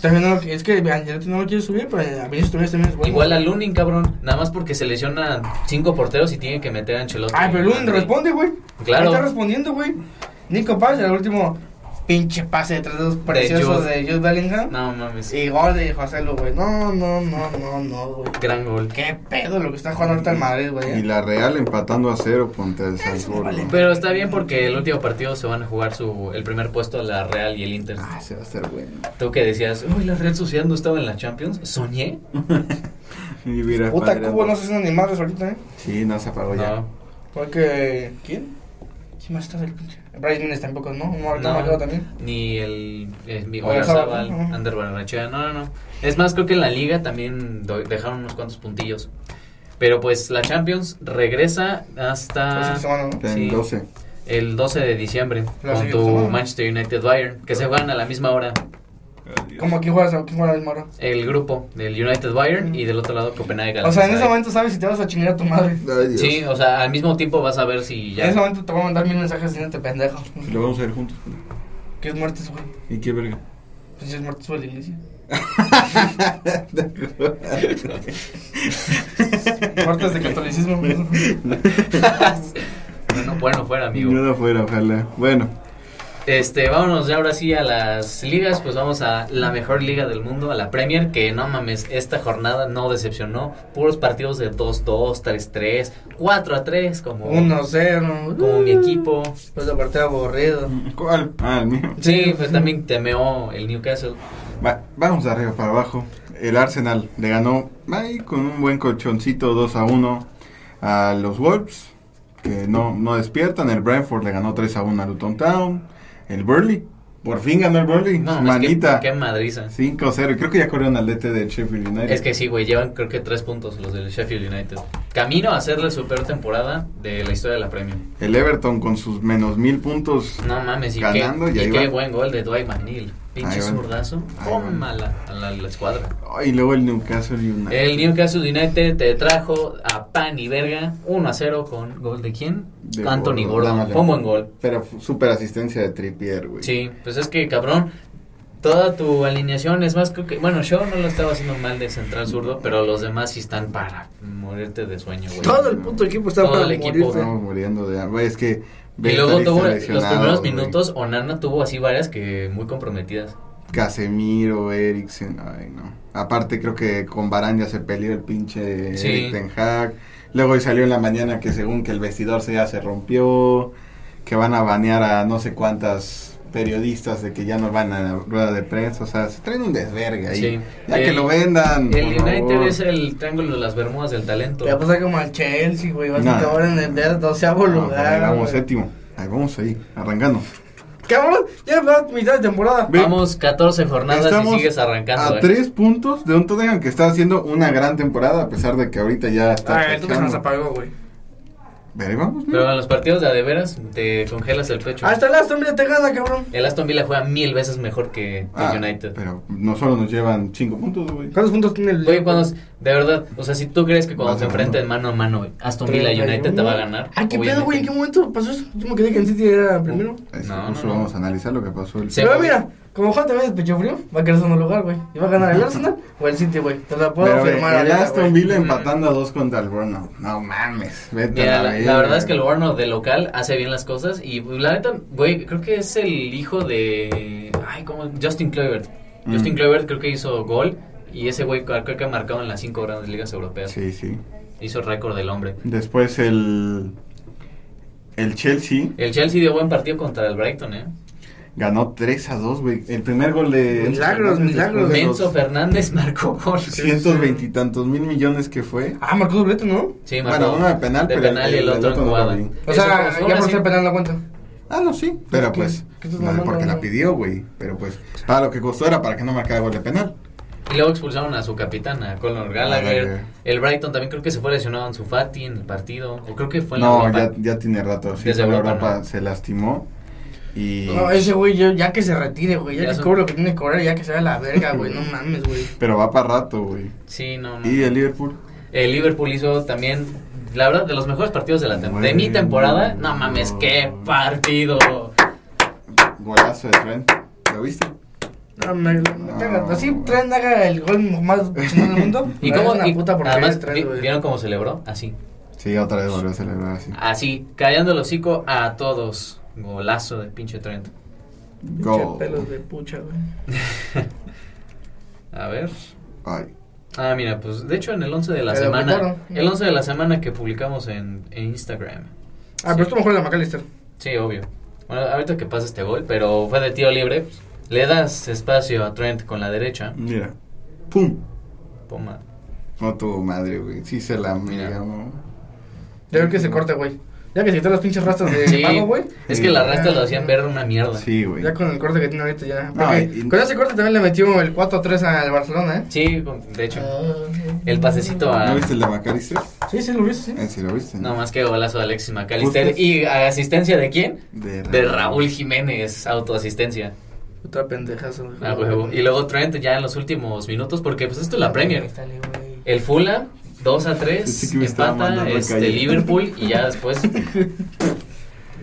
[SPEAKER 2] También no, lo- es que Angelotti no lo quiere subir, pero eh, a Vinicius todavía también es bueno.
[SPEAKER 1] igual a Lunin, cabrón. Nada más porque se lesionan cinco porteros y tienen que meter a Ancelotti.
[SPEAKER 2] Ay, pero Lunin responde, güey.
[SPEAKER 1] Claro.
[SPEAKER 2] Ahí Está respondiendo, güey. Nico Paz, el último pinche pase de tres dedos preciosos
[SPEAKER 1] Jude.
[SPEAKER 2] de Jude Bellingham.
[SPEAKER 1] No mames.
[SPEAKER 2] Y gol de José Lu, güey. No, no, no, no, no, güey.
[SPEAKER 1] Gran gol.
[SPEAKER 2] Qué pedo lo que está jugando ahorita el Madrid, güey. eh.
[SPEAKER 3] Y la Real empatando a 0 contra el Salzburgo.
[SPEAKER 2] vale.
[SPEAKER 1] Pero está bien porque el último partido se van a jugar su, el primer puesto a la Real y el Inter.
[SPEAKER 3] Ah, se va a hacer bueno.
[SPEAKER 1] Tú que decías, uy, la Real Sociedad no estaba en la Champions. Soñé.
[SPEAKER 3] Y mira,
[SPEAKER 2] Puta
[SPEAKER 3] padre,
[SPEAKER 2] Cubo no se hacen ni madres ahorita, eh.
[SPEAKER 3] Sí, no se apagó ya.
[SPEAKER 1] No.
[SPEAKER 2] Porque. ¿Quién? ¿Quién más está del pinche? Bryce Mines tampoco, ¿no? No, ahorita
[SPEAKER 1] No.
[SPEAKER 2] no, marcado también.
[SPEAKER 1] Ni el eh, mi
[SPEAKER 2] Oyarzabal,
[SPEAKER 1] Oyarzabal,
[SPEAKER 2] ¿no?
[SPEAKER 1] Ander Barrenechea, no, no, no. Es más, creo que en la liga también do- dejaron unos cuantos puntillos. Pero pues la Champions regresa
[SPEAKER 2] Esta
[SPEAKER 1] hasta
[SPEAKER 2] semana, ¿no?
[SPEAKER 3] En
[SPEAKER 1] Sí.
[SPEAKER 3] 12.
[SPEAKER 1] el 12 de diciembre
[SPEAKER 2] La
[SPEAKER 1] con
[SPEAKER 2] siguiente
[SPEAKER 1] tu
[SPEAKER 2] semana.
[SPEAKER 1] Manchester United Bayern, que se juegan a la misma hora.
[SPEAKER 2] ¿Cómo quién juegas? ¿Quién juega a la misma hora?
[SPEAKER 1] El grupo del United Bayern y del otro lado Copenhague.
[SPEAKER 2] O sea, en ese
[SPEAKER 1] Galatasaray.
[SPEAKER 2] momento sabes si te vas a chingar a tu madre.
[SPEAKER 3] Ay, Dios.
[SPEAKER 1] Sí, o sea, al mismo tiempo vas a ver si
[SPEAKER 2] En ese
[SPEAKER 1] ya.
[SPEAKER 2] momento te voy a mandar mil mensajes diciéndote pendejo.
[SPEAKER 3] Lo vamos a ver juntos.
[SPEAKER 2] Que es muerte, güey.
[SPEAKER 3] ¿Y qué verga?
[SPEAKER 2] Pues si es muerte, sube la iglesia. Muertes de catolicismo.
[SPEAKER 1] Bueno, bueno, fuera, amigo.
[SPEAKER 3] Yo no fuera, ojalá. Bueno,
[SPEAKER 1] Este, vámonos ya ahora sí a las ligas, pues vamos a la mejor liga del mundo, a la Premier, que no mames, esta jornada no decepcionó, puros partidos de 2-2, 3-3, 4-3, como,
[SPEAKER 2] 1-0.
[SPEAKER 1] como mi equipo.
[SPEAKER 2] Pues la parte aburrido.
[SPEAKER 3] ¿cuál? Ah, el mío.
[SPEAKER 1] Sí, pues también temeó el Newcastle.
[SPEAKER 3] Va- vamos de arriba para abajo. El Arsenal le ganó ahí con un buen colchoncito 2 a 1 a los Wolves, que no, no despiertan. El Brentford le ganó 3 a 1 a Luton Town. El Burley, por fin ganó el Burley.
[SPEAKER 1] No, mames, qué-
[SPEAKER 3] Manita,
[SPEAKER 1] qué madriza.
[SPEAKER 3] 5 a 0. Creo que ya corrieron al DT del Sheffield United.
[SPEAKER 1] Es que sí, güey, llevan creo que tres puntos los del Sheffield United. Camino a hacerle su peor temporada de la historia de la Premier.
[SPEAKER 3] El Everton con sus menos mil puntos.
[SPEAKER 1] No mames, y,
[SPEAKER 3] Ganando, y
[SPEAKER 1] qué, y
[SPEAKER 3] ahí
[SPEAKER 1] qué
[SPEAKER 3] va.
[SPEAKER 1] buen gol de Dwight McNeil. Pinche
[SPEAKER 3] Ahí va.
[SPEAKER 1] zurdazo,
[SPEAKER 3] Ahí va.
[SPEAKER 1] tómala a la- a la escuadra.
[SPEAKER 3] Ay, y luego el Newcastle United.
[SPEAKER 1] El Newcastle United te trajo a pan y verga 1 a 0 con gol de quién?
[SPEAKER 3] De
[SPEAKER 1] Anthony
[SPEAKER 3] Gordon,
[SPEAKER 1] Gordon.
[SPEAKER 3] dámale.
[SPEAKER 1] Fue un buen gol.
[SPEAKER 3] Pero fu- super asistencia de Trippier, güey.
[SPEAKER 1] Sí, pues es que cabrón, toda tu alineación es más creo que bueno, yo no lo estaba haciendo mal de central zurdo, pero los demás sí están para morirte de sueño, güey.
[SPEAKER 2] Todo el puto equipo está
[SPEAKER 1] Todo
[SPEAKER 2] para
[SPEAKER 1] el
[SPEAKER 2] morirse.
[SPEAKER 1] equipo,
[SPEAKER 3] Estamos muriendo de hambre. Es que.
[SPEAKER 1] Y
[SPEAKER 3] ve,
[SPEAKER 1] luego
[SPEAKER 3] está
[SPEAKER 1] tuvo los
[SPEAKER 3] lesionado,
[SPEAKER 1] primeros
[SPEAKER 3] güey.
[SPEAKER 1] minutos Onana tuvo así varias que muy comprometidas.
[SPEAKER 3] Casemiro, Eriksen, ay no. Aparte creo que con Barán ya se peleó el pinche
[SPEAKER 1] Sí.
[SPEAKER 3] Erik Ten Hag. Luego hoy salió en la mañana que según que el vestidor se ya se rompió, que van a banear a no sé cuántas periodistas de que ya no van a la rueda de prensa, o sea, se traen un desvergue ahí.
[SPEAKER 1] Sí.
[SPEAKER 3] Ya que
[SPEAKER 1] El-
[SPEAKER 3] lo vendan.
[SPEAKER 1] El
[SPEAKER 3] por favor.
[SPEAKER 1] United es el triángulo de las Bermudas del talento.
[SPEAKER 2] Ya pasa como al Chelsea, güey. Vas
[SPEAKER 3] No.
[SPEAKER 2] a acabar en el de- doceavo
[SPEAKER 3] No,
[SPEAKER 2] lugar.
[SPEAKER 3] ahí vamos
[SPEAKER 2] güey.
[SPEAKER 3] séptimo. Ahí vamos ahí, arrancando.
[SPEAKER 2] Cabrón, ya va mitad de temporada.
[SPEAKER 3] Ve,
[SPEAKER 1] Vamos 14 jornadas
[SPEAKER 3] Estamos
[SPEAKER 1] y sigues arrancando.
[SPEAKER 3] a
[SPEAKER 1] eh.
[SPEAKER 3] tres puntos de un Tottenham que está haciendo una gran temporada a pesar de que ahorita ya está
[SPEAKER 2] Ah, el Tuca se nos
[SPEAKER 3] pescando.
[SPEAKER 2] apagó, güey.
[SPEAKER 3] Pero ahí vamos, mira.
[SPEAKER 1] Pero en los partidos de a de veras te congelas el pecho.
[SPEAKER 3] Ah,
[SPEAKER 2] Hasta el Aston Villa te gana, cabrón.
[SPEAKER 1] El Aston Villa juega mil veces mejor que el
[SPEAKER 3] Ah,
[SPEAKER 1] United.
[SPEAKER 3] Pero no solo nos llevan 5 puntos, güey.
[SPEAKER 2] ¿Cuántos puntos tiene el
[SPEAKER 1] Oye, cuando, de verdad, o sea, si tú crees que cuando
[SPEAKER 3] Más
[SPEAKER 1] se
[SPEAKER 3] de uno.
[SPEAKER 1] enfrenten mano a mano Aston Villa y United te va a ganar.
[SPEAKER 2] Ah, qué pedo,
[SPEAKER 1] obviamente.
[SPEAKER 2] güey. ¿En qué momento pasó eso? Yo me quedé que el City era primero.
[SPEAKER 3] Eso,
[SPEAKER 1] No,
[SPEAKER 3] justo
[SPEAKER 1] no, no.
[SPEAKER 3] vamos a analizar lo que pasó el
[SPEAKER 1] Se-
[SPEAKER 2] Pero
[SPEAKER 1] güey.
[SPEAKER 2] mira, como Juan también es pecho frío, va a querer segundo lugar, güey. Y va a ganar el Arsenal o el City, güey. Te la puedo
[SPEAKER 3] Pero, güey,
[SPEAKER 2] firmar.
[SPEAKER 3] el
[SPEAKER 2] ahorita,
[SPEAKER 3] Aston
[SPEAKER 2] güey.
[SPEAKER 3] Villa
[SPEAKER 1] Mm.
[SPEAKER 3] empatando a 2 contra el Burnout. No mames. Vete a
[SPEAKER 1] Mira, la,
[SPEAKER 3] verga.
[SPEAKER 1] la verdad es que el Warner de local hace bien las cosas. Y pues, la neta, güey, creo que es el hijo de. Ay, ¿cómo? Justin Kluivert.
[SPEAKER 3] Mm.
[SPEAKER 1] Justin Kluivert creo que hizo gol. Y ese güey creo que ha marcado en las cinco grandes ligas europeas.
[SPEAKER 3] Sí, sí.
[SPEAKER 1] Hizo récord del hombre.
[SPEAKER 3] Después el, el Chelsea
[SPEAKER 1] El Chelsea dio buen partido contra el Brighton, ¿eh?
[SPEAKER 3] ganó 3 a 2, güey. El primer gol de...
[SPEAKER 2] Milagros, milagros.
[SPEAKER 3] después de los
[SPEAKER 1] Menzo Fernández marcó gol.
[SPEAKER 3] 120 y tantos mil millones que fue.
[SPEAKER 2] Ah, marcó doblete, ¿no?
[SPEAKER 1] Sí,
[SPEAKER 3] Bueno, uno de penal,
[SPEAKER 1] de
[SPEAKER 3] pero el-
[SPEAKER 1] penal y el,
[SPEAKER 3] el
[SPEAKER 1] otro
[SPEAKER 3] otro
[SPEAKER 1] en
[SPEAKER 3] no lo
[SPEAKER 1] jugada.
[SPEAKER 3] vi.
[SPEAKER 2] O
[SPEAKER 1] Eso
[SPEAKER 2] sea,
[SPEAKER 1] fue-
[SPEAKER 2] ya por
[SPEAKER 1] así.
[SPEAKER 2] ser penal la cuenta.
[SPEAKER 3] Ah, no, sí. Pero
[SPEAKER 2] ¿Qué-
[SPEAKER 3] pues,
[SPEAKER 2] qué estás
[SPEAKER 3] no,
[SPEAKER 2] mamando,
[SPEAKER 3] porque la
[SPEAKER 2] no?
[SPEAKER 3] pidió, güey. Pero pues, para lo que costó era para que no marcara gol de penal.
[SPEAKER 1] Y luego expulsaron a su capitán, a Conor
[SPEAKER 3] Ah,
[SPEAKER 1] Gallagher.
[SPEAKER 3] Gallagher.
[SPEAKER 1] El Brighton también creo que se fue lesionado en su Fati en el partido. O creo que fue en
[SPEAKER 3] no,
[SPEAKER 1] la Europa.
[SPEAKER 3] ya, ya tiene rato. Sí,
[SPEAKER 1] Desde
[SPEAKER 3] con Europa,
[SPEAKER 1] Europa,
[SPEAKER 3] se lastimó. Y...
[SPEAKER 2] No, ese güey, yo- ya que se retire, güey. Ya,
[SPEAKER 1] Ya
[SPEAKER 2] que
[SPEAKER 1] son-
[SPEAKER 2] cobre lo que tiene que cobrar, ya que se vaya a la verga, güey. No mames, güey.
[SPEAKER 3] Pero va para rato, güey.
[SPEAKER 1] Sí, no, no.
[SPEAKER 3] Y el Liverpool.
[SPEAKER 1] El Liverpool hizo también, la verdad, de los mejores partidos de, la tem- de mi
[SPEAKER 3] Bueno.
[SPEAKER 1] temporada. No mames, qué partido.
[SPEAKER 3] Golazo de Trent. ¿Lo viste?
[SPEAKER 2] No, me, me caga. Así Trent haga el gol más chingón del mundo.
[SPEAKER 1] ¿Y
[SPEAKER 2] me
[SPEAKER 1] cómo?
[SPEAKER 2] da una
[SPEAKER 1] y-
[SPEAKER 2] puta porquería
[SPEAKER 1] además,
[SPEAKER 2] de Trent,
[SPEAKER 1] vi-
[SPEAKER 2] güey.
[SPEAKER 1] ¿vieron cómo celebró? Así.
[SPEAKER 3] Sí, otra vez volvió a celebrar así.
[SPEAKER 1] Así, callando el hocico a todos. Golazo de pinche Trent.
[SPEAKER 2] Pinche
[SPEAKER 3] Go.
[SPEAKER 2] pelos de pucha, güey.
[SPEAKER 1] A ver.
[SPEAKER 3] Ay.
[SPEAKER 1] Ah, mira, pues de hecho en el 11 de la
[SPEAKER 2] Pero
[SPEAKER 1] semana.
[SPEAKER 2] quitaron.
[SPEAKER 1] El 11 de la semana que publicamos en, en Instagram.
[SPEAKER 2] Ah, pero esto mejor es la McAllister.
[SPEAKER 1] Sí, obvio. Bueno, ahorita que pasa este gol, pero fue de tiro libre. pues, Le das espacio a Trent con la derecha.
[SPEAKER 3] Mira. ¡Pum!
[SPEAKER 1] Poma.
[SPEAKER 3] No tuvo madre, güey. Sí se la
[SPEAKER 1] Mira.
[SPEAKER 3] mira, ¿no?
[SPEAKER 2] Ya veo que se corta, güey. Ya que se quitó las pinches rastas de
[SPEAKER 1] Mm. Sí.
[SPEAKER 2] pago, güey. Ah.
[SPEAKER 1] Es que las rastas lo hacían ver una mierda.
[SPEAKER 3] Sí, güey.
[SPEAKER 2] Ya con el corte que tiene ahorita ya.
[SPEAKER 3] No,
[SPEAKER 2] Porque
[SPEAKER 3] y-
[SPEAKER 2] Con ese corte también le metió el 4-3 al Barcelona, ¿eh?
[SPEAKER 1] Sí, con- de hecho.
[SPEAKER 2] Ah,
[SPEAKER 1] El pasecito a.
[SPEAKER 3] ¿No viste el de Macalister?
[SPEAKER 2] Sí, sí, lo viste, sí.
[SPEAKER 3] Eh, sí, lo viste.
[SPEAKER 1] Ah. No más que golazo de Alexis McAllister.
[SPEAKER 3] Justo.
[SPEAKER 1] ¿Y a asistencia de quién?
[SPEAKER 3] De,
[SPEAKER 1] De Raúl Jiménez, autoasistencia.
[SPEAKER 2] Otra pendejazo, güey.
[SPEAKER 1] A huevo. Ah, Y luego Trent ya en los últimos minutos, porque pues esto es la Premier.
[SPEAKER 2] Dale, güey.
[SPEAKER 1] El Fulham, 2 a 3,
[SPEAKER 3] Sí, sí que me estaba
[SPEAKER 1] empata
[SPEAKER 3] mandando a
[SPEAKER 1] este,
[SPEAKER 3] calle.
[SPEAKER 1] Liverpool y ya después.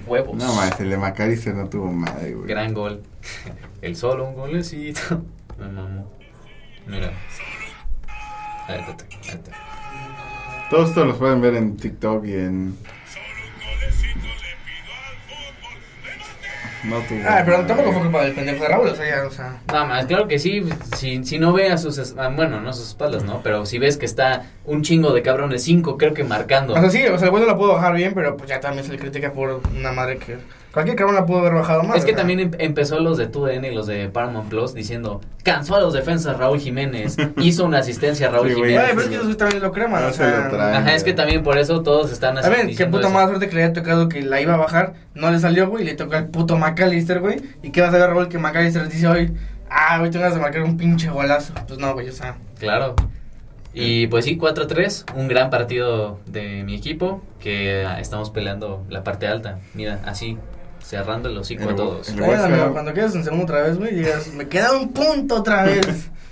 [SPEAKER 1] huevos.
[SPEAKER 3] No, más, el de Macalister no tuvo madre, güey.
[SPEAKER 1] Gran gol. El solo, un golecito. Me mamó. Mira. Ahí está, ahí está.
[SPEAKER 3] Todos estos los pueden ver en TikTok y en. No tuvo.
[SPEAKER 2] Ah, pero tampoco fue
[SPEAKER 3] madre.
[SPEAKER 2] culpa del pendejo de Raúl, o sea, ya, o sea.
[SPEAKER 1] Nada más, claro que sí. Si, si no ve a sus. es- ah, Bueno, no a sus espaldas, ¿no? Pero si ves que está un chingo de cabrones, cinco creo que marcando.
[SPEAKER 2] O sea, Ah, sí, o sea, el güey no la pudo bajar bien, pero pues ya también se le critica por una madre que. Cualquier cabrón la pudo haber bajado más.
[SPEAKER 1] Es que
[SPEAKER 2] o sea.
[SPEAKER 1] también em- empezó los de TUDN y los de Paramount Plus diciendo: cansó a los defensas Raúl Jiménez. Hizo una asistencia a Raúl
[SPEAKER 3] Sí, güey.
[SPEAKER 2] Güey,
[SPEAKER 1] Jiménez.
[SPEAKER 2] pero es que esos también lo creman,
[SPEAKER 1] Ah,
[SPEAKER 3] No
[SPEAKER 2] o
[SPEAKER 3] se
[SPEAKER 2] sea.
[SPEAKER 3] lo traen.
[SPEAKER 1] Ajá, es que también por eso todos están así.
[SPEAKER 2] También, qué
[SPEAKER 1] diciendo
[SPEAKER 2] puta
[SPEAKER 1] eso.
[SPEAKER 2] mala suerte que le haya tocado que la iba a bajar, no le salió, güey, y le tocó al puto McAllister, güey. ¿Y qué vas a ver, Raúl, que McAllister dice hoy, ah, hoy tengas de marcar un pinche golazo? Pues no, güey, o sea.
[SPEAKER 1] Claro.
[SPEAKER 2] Eh.
[SPEAKER 1] Y pues sí, 4-3, un gran partido de mi equipo que ah, estamos peleando la parte alta. Mira, así, cerrando el hocico
[SPEAKER 3] El
[SPEAKER 1] a
[SPEAKER 3] bo-
[SPEAKER 1] todos.
[SPEAKER 3] el
[SPEAKER 2] Está bien,
[SPEAKER 3] West
[SPEAKER 2] amigo,
[SPEAKER 3] Ham-
[SPEAKER 2] cuando quedes en segundo otra vez, güey, digas, me queda un punto otra vez.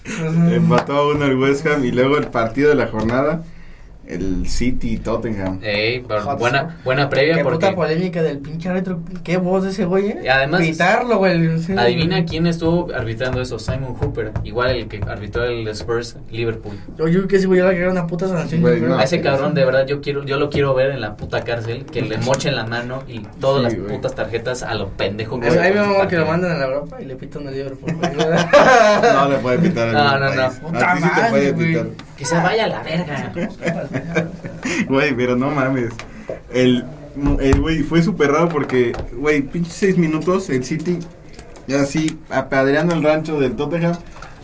[SPEAKER 2] O sea,
[SPEAKER 3] Eh, Empató a uno el West Ham y luego el partido de la jornada. El City y Tottenham.
[SPEAKER 1] Ey, pero
[SPEAKER 2] Hotspur.
[SPEAKER 1] buena, buena previa
[SPEAKER 2] Qué
[SPEAKER 1] porque
[SPEAKER 2] puta polémica del pinche árbitro, qué voz de ese güey, eh.
[SPEAKER 1] Y además-
[SPEAKER 2] Gritarlo, güey. sí.
[SPEAKER 1] adivina quién estuvo arbitrando eso, Simon Hooper, igual el que arbitró el Spurs Liverpool.
[SPEAKER 2] Yo, yo que ese güey ya le cagaron una puta sanción.
[SPEAKER 3] Güey,
[SPEAKER 2] yo creo.
[SPEAKER 3] no.
[SPEAKER 1] A ese
[SPEAKER 3] sí,
[SPEAKER 1] cabrón
[SPEAKER 3] sí.
[SPEAKER 1] de verdad yo quiero yo lo quiero ver en la puta cárcel, que le mochen la mano y todas las
[SPEAKER 3] Sí, güey.
[SPEAKER 1] putas tarjetas a lo pendejo
[SPEAKER 2] O sea, ahí me
[SPEAKER 1] Con su
[SPEAKER 2] mamó que
[SPEAKER 1] partido.
[SPEAKER 2] lo mandan a la Europa y le pitan el Liverpool, güey.
[SPEAKER 3] No le puede pitar al
[SPEAKER 1] No, no, no.
[SPEAKER 3] país.
[SPEAKER 2] Puta
[SPEAKER 3] A ti sí te
[SPEAKER 2] madre,
[SPEAKER 3] puede
[SPEAKER 2] güey. Pues,
[SPEAKER 3] pitar.
[SPEAKER 1] Que se vaya a la verga.
[SPEAKER 3] Güey, pero no mames. El, el güey, fue súper raro porque, güey, pinche seis minutos, el City, ya así, apadreando el rancho del Tottenham,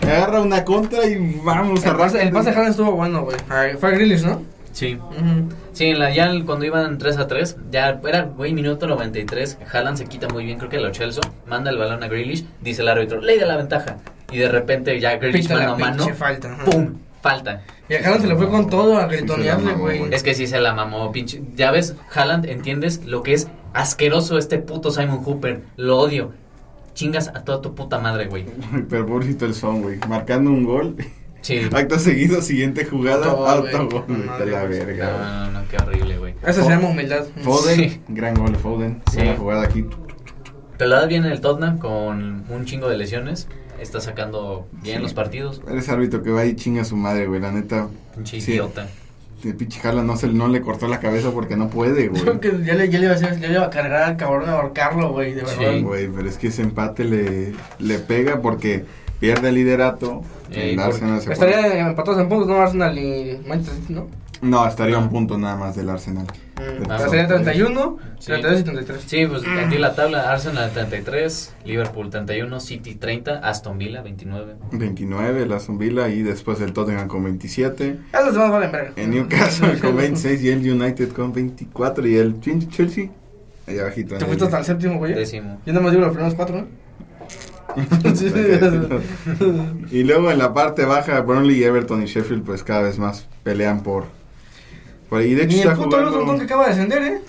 [SPEAKER 3] agarra una contra y vamos a
[SPEAKER 2] El pase, el pase de Haaland estuvo bueno, güey. Ah, Fue a Grealish, ¿no?
[SPEAKER 1] Sí. Sí, en la, ya el- cuando iban 3 a 3, ya era, güey, minuto 93. Haaland se quita muy bien, creo que lo Chelsea. Manda el balón a Grealish, dice el árbitro, ley de la ventaja. Y de repente ya Grealish
[SPEAKER 2] Pita
[SPEAKER 1] mano
[SPEAKER 2] la
[SPEAKER 1] a mano,
[SPEAKER 2] pinche falta. ajá.
[SPEAKER 1] ¡pum! Falta.
[SPEAKER 2] Y a Haaland se le fue con todo a
[SPEAKER 3] Sí, se la
[SPEAKER 2] gritonearle,
[SPEAKER 3] mamó,
[SPEAKER 2] güey.
[SPEAKER 3] güey.
[SPEAKER 1] Es que sí se la mamó, pinche. Ya ves, Haaland, ¿entiendes lo que es asqueroso este puto Simon Hooper? Lo odio. Chingas a toda tu puta madre, güey.
[SPEAKER 3] Pero pobrecito el son, güey, marcando un gol.
[SPEAKER 1] Sí.
[SPEAKER 3] Acto seguido, siguiente jugada,
[SPEAKER 2] Autogol, güey.
[SPEAKER 3] autogol, güey,
[SPEAKER 2] Madre,
[SPEAKER 3] de la
[SPEAKER 2] güey.
[SPEAKER 1] No,
[SPEAKER 3] verga.
[SPEAKER 1] no, no, qué horrible, güey.
[SPEAKER 2] Eso se llama humildad.
[SPEAKER 3] Foden,
[SPEAKER 1] Sí.
[SPEAKER 3] gran gol de Foden,
[SPEAKER 1] Sí.
[SPEAKER 3] buena jugada aquí.
[SPEAKER 1] Pero la verdad viene el Tottenham con un chingo de lesiones. Está sacando bien
[SPEAKER 3] Sí.
[SPEAKER 1] los partidos.
[SPEAKER 3] Eres árbitro que va y chinga a su madre, güey, la neta.
[SPEAKER 1] Pinche
[SPEAKER 3] Sí.
[SPEAKER 1] idiota.
[SPEAKER 3] El pinche Haaland no, se, no le cortó la cabeza porque no puede, güey.
[SPEAKER 2] Yo que ya le, ya le iba a hacer- ya le iba a cargar al cabrón a ahorcarlo, güey, de verdad.
[SPEAKER 1] Sí.
[SPEAKER 3] Güey, pero es que ese empate le, le pega porque pierde el liderato.
[SPEAKER 1] Ey,
[SPEAKER 3] El
[SPEAKER 1] ¿por
[SPEAKER 3] Arsenal se pone-
[SPEAKER 2] Estarían empatados en puntos, ¿no? Arsenal y Manchester City,
[SPEAKER 1] Mm.
[SPEAKER 2] ¿no?
[SPEAKER 3] No, estaría un punto nada más del Arsenal.
[SPEAKER 2] Mm,
[SPEAKER 1] Ah,
[SPEAKER 2] Estaría
[SPEAKER 3] sí.
[SPEAKER 2] 31,
[SPEAKER 1] Sí.
[SPEAKER 2] 32 y 33.
[SPEAKER 1] Sí, pues
[SPEAKER 2] Ah.
[SPEAKER 1] aquí la tabla, Arsenal 33, Liverpool 31, City 30, Aston Villa 29.
[SPEAKER 3] 29, el Aston Villa y después el Tottenham con 27.
[SPEAKER 2] Ya los demás valen verga.
[SPEAKER 3] El Newcastle con 26 y el United con 24 y el Ch- Chelsea allá abajito. en
[SPEAKER 2] ¿Te
[SPEAKER 3] el-
[SPEAKER 2] fuiste hasta el séptimo, güey?
[SPEAKER 1] Décimo.
[SPEAKER 2] Yo nomás digo los primeros cuatro, ¿no? Sí.
[SPEAKER 3] Y luego en la parte baja Burnley, Everton y Sheffield pues cada vez más pelean por por ahí. De hecho
[SPEAKER 2] Ni el
[SPEAKER 3] está
[SPEAKER 2] puto Luton Town que
[SPEAKER 3] jugando
[SPEAKER 2] acaba de descender, ¿eh?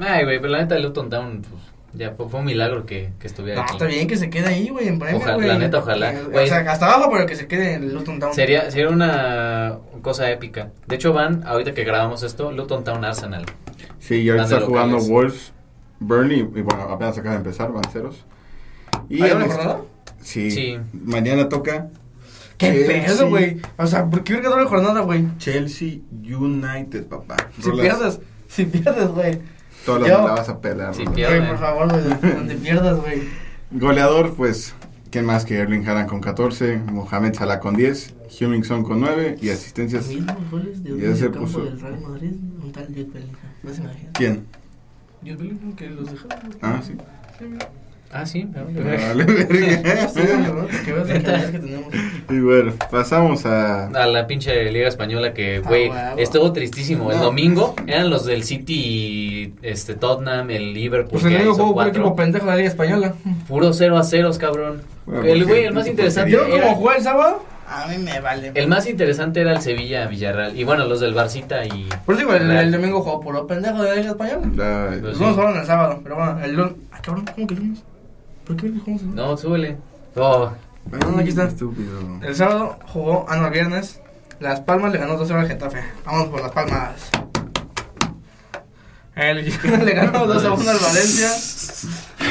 [SPEAKER 1] Ay, güey, pero la neta, Luton Town, pues, ya fue, fue un milagro que, que estuviera
[SPEAKER 2] No,
[SPEAKER 1] aquí.
[SPEAKER 2] está bien que se quede ahí, güey, en Premier,
[SPEAKER 1] Ojalá,
[SPEAKER 2] güey.
[SPEAKER 1] la neta, ojalá.
[SPEAKER 2] Eh, O
[SPEAKER 1] Güey.
[SPEAKER 2] sea, hasta abajo, pero que se quede en Luton Town.
[SPEAKER 1] Sería, sería una cosa épica. De hecho, van, ahorita que grabamos esto, Luton Town Arsenal.
[SPEAKER 3] Sí, y ahorita
[SPEAKER 1] Las de
[SPEAKER 3] está jugando
[SPEAKER 1] locales.
[SPEAKER 3] Wolves, Burnley y bueno, apenas acaba de empezar, van ceros.
[SPEAKER 2] ¿Y
[SPEAKER 3] Y
[SPEAKER 2] ¿Hay
[SPEAKER 3] en
[SPEAKER 2] una
[SPEAKER 3] este-
[SPEAKER 2] jornada?
[SPEAKER 3] sí,
[SPEAKER 1] Sí.
[SPEAKER 3] mañana toca
[SPEAKER 2] ¿Qué
[SPEAKER 3] Chelsea.
[SPEAKER 2] pedo, güey? O sea, ¿por qué verga doble jornada, güey?
[SPEAKER 3] Chelsea United, papá.
[SPEAKER 2] Si
[SPEAKER 3] Rolas,
[SPEAKER 2] pierdes, si pierdes, güey.
[SPEAKER 3] Todas las
[SPEAKER 2] Yo-
[SPEAKER 3] me la vas a pelar.
[SPEAKER 1] Sí,
[SPEAKER 3] Rolas.
[SPEAKER 1] pierdo.
[SPEAKER 2] Güey, por favor, güey, donde pierdas, güey.
[SPEAKER 3] Goleador, pues, ¿quién más que Erling Haaland con 14, Mohamed Salah con 10, Hummingson con 9 y asistencias.
[SPEAKER 2] Mismos goles de
[SPEAKER 3] ya
[SPEAKER 2] un
[SPEAKER 3] se
[SPEAKER 2] medio campo
[SPEAKER 3] puso-
[SPEAKER 2] del Real Madrid, un tal Jude Bellingham. No se imagina.
[SPEAKER 3] ¿Quién?
[SPEAKER 2] Jude Bellingham que los dejaron. güey.
[SPEAKER 3] Ah, sí.
[SPEAKER 1] Ah, sí, pero-
[SPEAKER 3] Vale,
[SPEAKER 2] Sí, güey,
[SPEAKER 3] verga.
[SPEAKER 2] Este ¿no? Que veas la calidad que tenemos.
[SPEAKER 3] y bueno, pasamos a...
[SPEAKER 1] A la pinche Liga Española que, güey,
[SPEAKER 2] Ah, huevo.
[SPEAKER 1] estuvo tristísimo. El
[SPEAKER 3] No.
[SPEAKER 1] domingo eran los del City, este, Tottenham, el Liverpool.
[SPEAKER 2] Pues
[SPEAKER 1] que
[SPEAKER 2] el único
[SPEAKER 1] hizo
[SPEAKER 2] juego por
[SPEAKER 1] cuatro.
[SPEAKER 2] equipo pendejo de la Liga Española.
[SPEAKER 1] Puro 0 a 0, cabrón.
[SPEAKER 3] Bueno,
[SPEAKER 1] el
[SPEAKER 3] porque-
[SPEAKER 1] güey, el más
[SPEAKER 3] porque
[SPEAKER 1] interesante.
[SPEAKER 3] yo
[SPEAKER 2] pues, Yo,
[SPEAKER 1] Era,
[SPEAKER 2] como jugué el sábado, a mí me vale.
[SPEAKER 1] el más interesante era el Sevilla Villarreal. Y bueno, los del Barcita y.
[SPEAKER 2] Por eso digo, el,
[SPEAKER 1] Real.
[SPEAKER 2] el domingo jugó puro pendejo de la Liga Española.
[SPEAKER 3] la-
[SPEAKER 1] Pues
[SPEAKER 2] Nos
[SPEAKER 1] sí.
[SPEAKER 2] vamos jugaron el sábado, pero bueno, el lunes. Ah, cabrón, ¿cómo que el lunes? ¿Por qué jugamos el lunes?
[SPEAKER 1] No, súbele. Oh,
[SPEAKER 2] No, aquí está.
[SPEAKER 3] Estúpido.
[SPEAKER 2] El sábado jugó, ah, no, el viernes. Las Palmas le ganó 2-0 al Getafe. Vamos por Las Palmas. El Girona le ganó 2-1 al Valencia.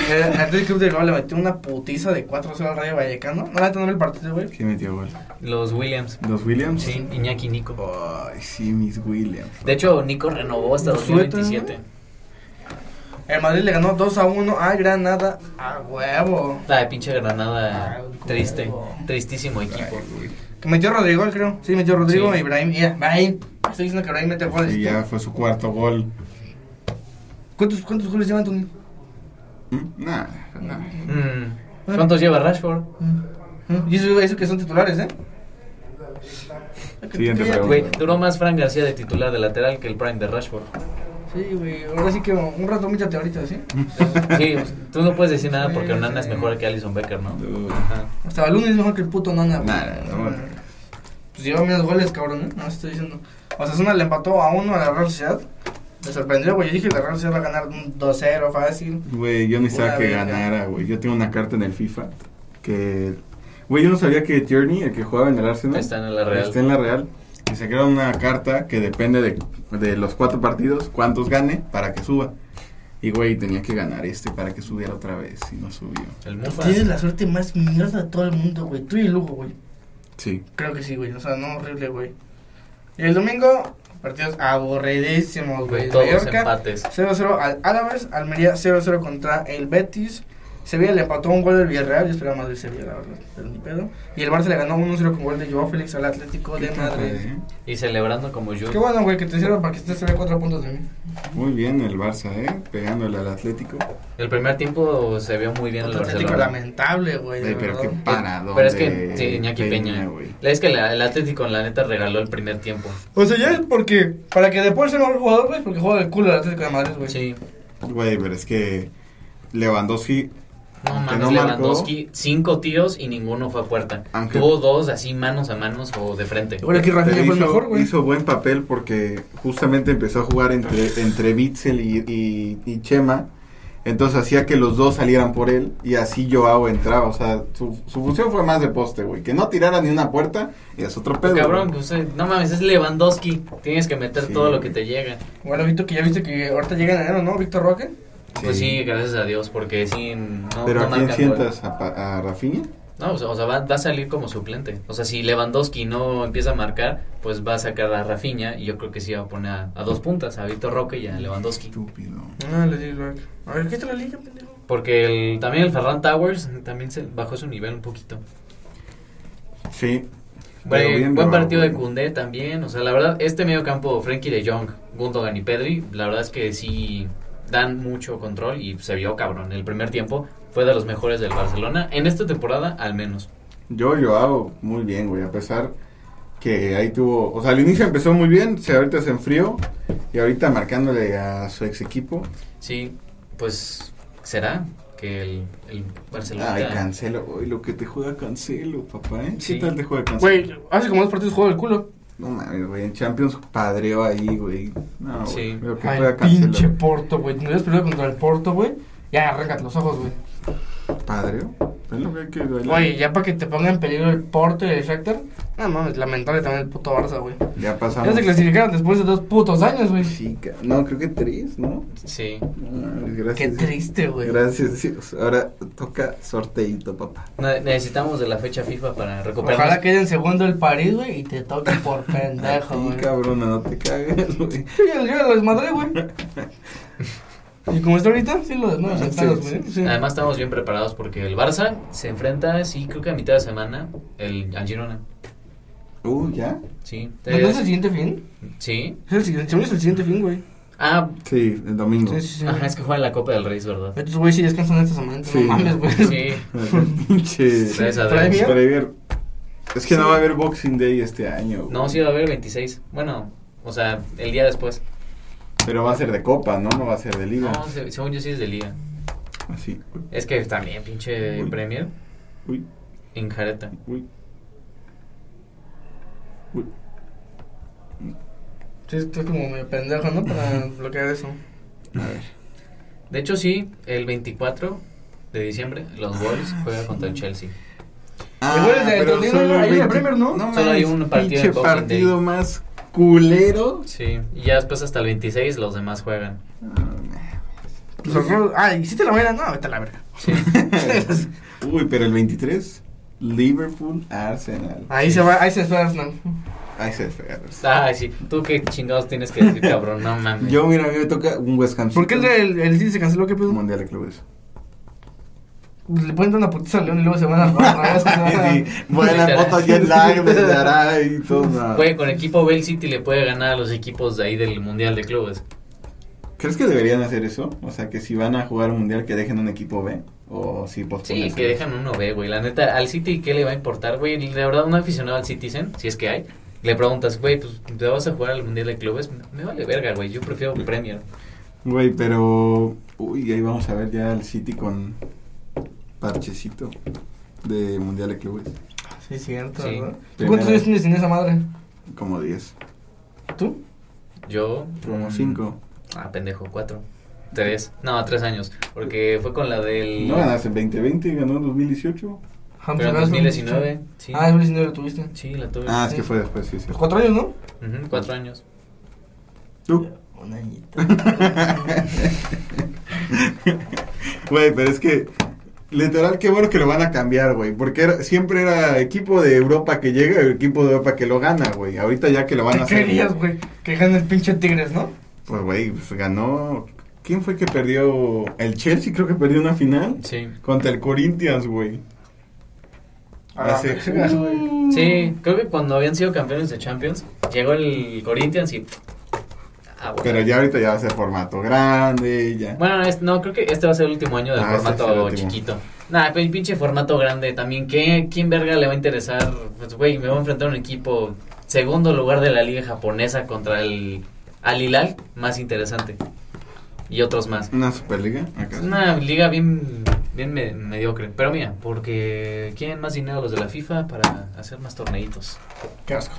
[SPEAKER 2] El Atlético Club de Bilbao le metió una putiza de 4-0 al Rayo Vallecano. No, la neta, no vi el partido, güey.
[SPEAKER 3] ¿Quién metió gol?
[SPEAKER 1] los Williams.
[SPEAKER 3] ¿Los Williams?
[SPEAKER 1] Sí, Iñaki Nico.
[SPEAKER 3] Ay, sí, mis Williams.
[SPEAKER 1] De hecho, Nico renovó hasta
[SPEAKER 2] Los sueltan,
[SPEAKER 1] 2027.
[SPEAKER 2] El Madrid le ganó 2-1 a Granada. A huevo.
[SPEAKER 1] La pinche Granada,
[SPEAKER 2] Ay,
[SPEAKER 1] triste.
[SPEAKER 2] huevo.
[SPEAKER 1] Tristísimo equipo.
[SPEAKER 2] Que metió Rodrigo, creo. Sí, metió Rodrigo
[SPEAKER 1] Sí.
[SPEAKER 2] y Ibrahim. Mira, Ibrahim. Estoy diciendo que Ibrahim mete goles.
[SPEAKER 3] Sí, ya fue su cuarto gol.
[SPEAKER 2] ¿Cuántos, ¿Cuántos goles llevan tú?
[SPEAKER 3] ¿Mm? Nada. nada.
[SPEAKER 1] Mm. ¿Cuántos lleva Rashford?
[SPEAKER 2] Y eso, eso que son titulares, ¿eh?
[SPEAKER 3] Siguiente pregunta.
[SPEAKER 1] Güey, duró más Fran García de titular de lateral que el Prime de Rashford.
[SPEAKER 2] Sí, güey. Ahora sí que un rato mítate ahorita, ¿sí?
[SPEAKER 1] Sí, pues, tú no puedes decir nada porque
[SPEAKER 2] Sí,
[SPEAKER 1] Onana es
[SPEAKER 2] sí.
[SPEAKER 1] mejor que Alison Becker, ¿no?
[SPEAKER 3] Dude.
[SPEAKER 1] Ajá.
[SPEAKER 2] Hasta el lunes es mejor que el puto nana, güey.
[SPEAKER 3] Nah, no, no.
[SPEAKER 2] Pues lleva menos goles, cabrón, ¿eh? No estoy diciendo. O sea, Zona le empató a uno a la Real Sociedad. Me sorprendió, güey. Yo dije que la Real Sociedad va a ganar un 2-0 fácil.
[SPEAKER 3] Güey, yo ni
[SPEAKER 2] Pura
[SPEAKER 3] sabía que
[SPEAKER 2] verga.
[SPEAKER 3] ganara, güey. Yo tengo una carta en el FIFA que... Güey, yo no sabía que Tierney, el que jugaba en el Arsenal...
[SPEAKER 1] Está en la Real.
[SPEAKER 3] Está en la Real. Y se crea una carta que depende de, de los cuatro partidos, cuántos gane para que suba. Y, güey, tenía que ganar este para que subiera otra vez y no subió.
[SPEAKER 1] El Mufa.
[SPEAKER 2] Tienes la suerte más mierda de todo el mundo, güey. Tú y Lugo, güey.
[SPEAKER 3] Sí.
[SPEAKER 2] Creo que sí, güey. O sea, no horrible, güey. Y el domingo, partidos aburridísimos, güey.
[SPEAKER 1] Todos
[SPEAKER 2] Mallorca
[SPEAKER 1] empates.
[SPEAKER 2] 0-0 al Árabes, Almería 0-0 contra el Betis. Sevilla le empató un gol del Villarreal, yo esperaba más del Sevilla, la verdad, pero ni pedo. Y el Barça le ganó 1-0 con gol de Joao Félix al Atlético de
[SPEAKER 3] Qué tonto,
[SPEAKER 2] Madrid.
[SPEAKER 3] ¿eh?
[SPEAKER 1] Y celebrando como yo.
[SPEAKER 2] Qué bueno, güey, que te sirva para que estés a 4 puntos de mí.
[SPEAKER 3] Muy bien el Barça, ¿eh? Pegándole al Atlético.
[SPEAKER 1] El primer tiempo se vio muy bien el
[SPEAKER 2] Otro Atlético
[SPEAKER 1] Barcelona.
[SPEAKER 2] lamentable, güey. de
[SPEAKER 3] Güey, pero qué
[SPEAKER 2] verdad.
[SPEAKER 3] parado.
[SPEAKER 1] Pero es que, sí, Iñaki Peña.
[SPEAKER 3] güey.
[SPEAKER 1] Es que la- el Atlético, la neta, regaló el primer tiempo.
[SPEAKER 2] O sea, ya es porque, para que después sea el mejor jugador, güey, pues, porque juega del culo al Atlético de Madrid, güey.
[SPEAKER 1] Sí.
[SPEAKER 3] Güey, pero es que Lewandowski
[SPEAKER 1] No
[SPEAKER 3] Que
[SPEAKER 1] mames,
[SPEAKER 3] no marcó.
[SPEAKER 1] Lewandowski, cinco tiros y ninguno fue a puerta.
[SPEAKER 3] Aunque-
[SPEAKER 1] Tuvo dos así manos a manos o de frente.
[SPEAKER 2] Igual aquí Rafinha
[SPEAKER 3] Pero
[SPEAKER 2] fue
[SPEAKER 3] hizo,
[SPEAKER 2] el mejor, güey.
[SPEAKER 3] hizo buen papel porque justamente empezó a jugar entre, entre Bitzel y, y- y Chema. Entonces hacía que los dos salieran por él y así Joao entraba. O sea, su, su función fue más de poste, güey. Que no tirara ni una puerta y es otro pedo.
[SPEAKER 1] Cabrón,
[SPEAKER 3] güey.
[SPEAKER 1] pues, eh, no mames, es Lewandowski. Tienes que meter
[SPEAKER 3] Sí.
[SPEAKER 1] todo lo que te llega.
[SPEAKER 2] Bueno, Víctor, que ya viste que ahorita llega en enero, ¿no? Víctor Roque.
[SPEAKER 1] Pues sí, gracias a Dios, porque sin. No,
[SPEAKER 3] Pero
[SPEAKER 1] no
[SPEAKER 3] ¿a quién
[SPEAKER 1] marcan gol.
[SPEAKER 3] sientas? ¿A, Pa- a Rafinha?
[SPEAKER 1] No, o sea, o sea, va, va a salir como suplente. O sea, si Lewandowski no empieza a marcar, pues va a sacar a Rafinha y yo creo que sí va a poner a, a dos puntas, a Víctor Roque y a Lewandowski.
[SPEAKER 3] Estúpido.
[SPEAKER 2] Ah, le di like. A ver, ¿qué está la liga, pendejo?
[SPEAKER 1] Porque el, también el Ferran Towers también se bajó su nivel un poquito.
[SPEAKER 3] Sí.
[SPEAKER 1] Buen,
[SPEAKER 3] Pero bien
[SPEAKER 1] buen
[SPEAKER 3] bravo,
[SPEAKER 1] partido de
[SPEAKER 3] güey.
[SPEAKER 1] Cundé también. O sea, la verdad, este medio campo, Frenkie de Jong, Gundogan y Pedri, la verdad es que sí dan mucho control y se vio cabrón. El primer tiempo fue de los mejores del Barcelona, en esta temporada al menos.
[SPEAKER 3] Yo, yo hago muy bien, güey, a pesar que ahí tuvo, o sea, al inicio empezó muy bien, se ahorita se enfrió y ahorita marcándole a su ex equipo.
[SPEAKER 1] Sí, pues será que el, el Barcelona.
[SPEAKER 3] Ay, cancelo, güey, lo que te juega cancelo, papá, ¿eh?
[SPEAKER 1] Sí.
[SPEAKER 3] ¿Qué tal te juega cancelo?
[SPEAKER 2] Güey, hace como dos partidos jugó el culo.
[SPEAKER 3] No mames, güey, en Champions padreó ahí, güey. No, güey,
[SPEAKER 1] Sí.
[SPEAKER 3] lo que
[SPEAKER 2] Ay,
[SPEAKER 3] juega
[SPEAKER 2] pinche
[SPEAKER 3] cancelo.
[SPEAKER 2] Porto, güey. No hubieras perdido contra el Porto, güey. Ya, arráncate los ojos, güey.
[SPEAKER 3] ¿Padreó? Es lo que hay que bailar.
[SPEAKER 2] Güey, ya para que te ponga en peligro el Porto y el Shakhtar. No mames, lamentable también el puto Barça, güey.
[SPEAKER 3] Ya
[SPEAKER 2] Ya
[SPEAKER 3] pasamos.
[SPEAKER 2] se clasificaron después de dos putos años, güey.
[SPEAKER 3] Sí, ca- no, creo que tres, ¿no?
[SPEAKER 1] Sí.
[SPEAKER 3] Ah,
[SPEAKER 2] Qué
[SPEAKER 3] gracias.
[SPEAKER 2] triste, güey.
[SPEAKER 3] Gracias, Dios. Ahora toca sorteito, papá.
[SPEAKER 1] Ne- Necesitamos de la fecha FIFA para recuperarnos.
[SPEAKER 2] Ojalá quede en segundo el París, güey, y te toque por
[SPEAKER 3] A
[SPEAKER 2] pendejo,
[SPEAKER 3] ti,
[SPEAKER 2] güey.
[SPEAKER 3] cabrona, no te cagues, güey.
[SPEAKER 2] Sí, yo, yo lo desmadré, güey. Y como está ahorita, sí lo desmadré.
[SPEAKER 3] Ah,
[SPEAKER 2] sentados,
[SPEAKER 3] sí,
[SPEAKER 2] güey.
[SPEAKER 3] sí.
[SPEAKER 2] Sí.
[SPEAKER 1] Además estamos bien preparados porque el Barça se enfrenta, sí, creo que a mitad de semana, el, al Girona.
[SPEAKER 3] Uh, ¿ya?
[SPEAKER 1] Sí.
[SPEAKER 2] ¿No no es el siguiente fin?
[SPEAKER 1] Sí.
[SPEAKER 2] Es el siguiente, según yo es el siguiente fin, güey.
[SPEAKER 1] Ah,
[SPEAKER 3] Sí, el domingo.
[SPEAKER 2] Sí, sí, sí.
[SPEAKER 1] ajá, es que juegan la Copa del Rey, es ¿verdad?
[SPEAKER 2] Estos güeyes sí descansan esta semana,
[SPEAKER 3] Sí.
[SPEAKER 2] no mames, güey.
[SPEAKER 1] Sí.
[SPEAKER 3] Pinche.
[SPEAKER 1] Sí, esa
[SPEAKER 2] trae
[SPEAKER 1] de-
[SPEAKER 2] bien.
[SPEAKER 3] Para ver- Es que no va a haber Boxing Day este año. güey.
[SPEAKER 1] No, sí va a haber 26. Bueno, o sea, el día después.
[SPEAKER 3] Pero va a ser de Copa, ¿no? No va a ser de Liga.
[SPEAKER 1] No, se- según yo sí es de liga.
[SPEAKER 3] Así.
[SPEAKER 1] Es que también pinche
[SPEAKER 3] Uy.
[SPEAKER 1] Premier
[SPEAKER 3] Uy,
[SPEAKER 1] en jareta.
[SPEAKER 3] uy. Uy.
[SPEAKER 2] Sí, estoy como medio pendejo, ¿no? Para bloquear eso.
[SPEAKER 3] A ver.
[SPEAKER 1] De hecho sí, el 24 de diciembre los Wolves juegan contra el Chelsea.
[SPEAKER 3] Ah,
[SPEAKER 2] goles de Antonio ahí en la Premier, ¿no?
[SPEAKER 3] no
[SPEAKER 1] Solo hay
[SPEAKER 3] mames,
[SPEAKER 1] un partido
[SPEAKER 3] pinche
[SPEAKER 1] de Boxing Day.
[SPEAKER 3] partido más culero.
[SPEAKER 1] Sí, y ya después hasta el 26 los demás juegan.
[SPEAKER 2] Pues, horror- ah, ¿hiciste la vaina? No, vete a la verga.
[SPEAKER 3] Ah,
[SPEAKER 1] Sí.
[SPEAKER 3] Uy, pero el 23, Liverpool, Arsenal.
[SPEAKER 1] Ah.
[SPEAKER 2] Ahí se va, ahí se espera Arsenal.
[SPEAKER 3] Ahí se pues. esperas.
[SPEAKER 1] Ay, sí. Tú qué chingados tienes que decir, cabrón. No mames.
[SPEAKER 3] Yo, mira, a mí me toca un West Ham.
[SPEAKER 2] ¿Por qué el del el City se canceló? ¿Qué pedo?
[SPEAKER 3] Mundial de Clubes?
[SPEAKER 2] Le pueden dar una putiza a León y luego se van a jugar otra vez. o sea,
[SPEAKER 3] Sí, buena
[SPEAKER 1] Literal.
[SPEAKER 3] foto jet lag, me dará y todo. no.
[SPEAKER 1] Güey, con equipo Bell City le puede ganar a los equipos de ahí del Mundial de Clubes.
[SPEAKER 3] ¿Crees que deberían hacer eso? O sea, que si van a jugar un mundial, que dejen un equipo B. O si posponen.
[SPEAKER 1] Sí, que dejan uno B, güey. La neta, al City, ¿qué le va a importar, güey? La verdad, un aficionado al Citizen, si es que hay, le preguntas, güey, pues te vas a jugar al Mundial de Clubes. Me vale verga, güey. Yo prefiero Premier.
[SPEAKER 3] Güey, pero. Uy, ahí vamos a ver ya el City con parchecito de mundial de clubes.
[SPEAKER 2] Sí, cierto,
[SPEAKER 1] Sí.
[SPEAKER 2] ¿verdad? ¿Tú
[SPEAKER 3] Primera.
[SPEAKER 2] cuántos años tienes en esa madre?
[SPEAKER 3] Como 10.
[SPEAKER 2] ¿Tú?
[SPEAKER 1] Yo.
[SPEAKER 3] Como
[SPEAKER 1] mm,
[SPEAKER 3] 5.
[SPEAKER 1] Ah, pendejo, cuatro. Tres. No, tres años. Porque fue con la del.
[SPEAKER 3] No ganaste en 2020, ganó en 2018.
[SPEAKER 1] Pero en 2019. Sí.
[SPEAKER 2] Ah, en 2019 lo tuviste.
[SPEAKER 1] Sí, la tuve.
[SPEAKER 3] Ah, es que fue después, sí, sí.
[SPEAKER 2] Pues cuatro años, ¿no?
[SPEAKER 1] Ujú, cuatro años.
[SPEAKER 3] ¿Tú?
[SPEAKER 2] Un añito.
[SPEAKER 3] Güey, pero es que. Literal, qué bueno que lo van a cambiar, güey. Porque era- siempre era equipo de Europa que llega y equipo de Europa que lo gana, güey. Ahorita ya que lo van a
[SPEAKER 2] ¿Qué
[SPEAKER 3] hacer.
[SPEAKER 2] querías, güey? Que gane el pinche Tigres, ¿no?
[SPEAKER 3] Pues, güey, pues, ganó. ¿Quién fue que perdió? El Chelsea, creo que perdió una final.
[SPEAKER 1] Sí.
[SPEAKER 3] Contra el Corinthians, güey.
[SPEAKER 2] Ah,
[SPEAKER 3] Hace-
[SPEAKER 2] verga, güey.
[SPEAKER 1] Sí, creo que cuando habían sido campeones de Champions, llegó el Corinthians y. Ah, bueno.
[SPEAKER 3] Pero ya ahorita ya va a ser formato grande, ya.
[SPEAKER 1] Bueno, es- no, creo que este va a ser el último año del
[SPEAKER 3] Ah, este es el
[SPEAKER 1] formato
[SPEAKER 3] último.
[SPEAKER 1] chiquito. Nah, pero el pinche formato grande también. ¿Qué, ¿Quién verga le va a interesar? Pues, güey, me va a enfrentar a un equipo segundo lugar de la liga japonesa contra el Al Hilal, más interesante. Y otros más.
[SPEAKER 3] Una superliga, acá.
[SPEAKER 1] Es una liga bien, bien me- mediocre. Pero mira, porque quieren más dinero los de la FIFA para hacer más torneitos.
[SPEAKER 2] Qué asco.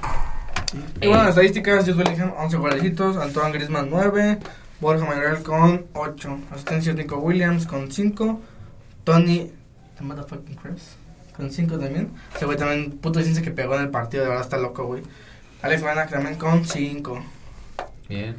[SPEAKER 2] Y
[SPEAKER 1] Eh,
[SPEAKER 2] bueno, las estadísticas, Jude Bellingham, 11 golecitos, Antoine Griezmann, 9, Borja Mayoral con 8, asistencias Nico Williams con 5, Tony, the motherfucking Chris, con 5 también. Ese güey también, puto ciencia que pegó en el partido, de verdad está loco, güey. Alex Van Ack también con 5.
[SPEAKER 1] Bien.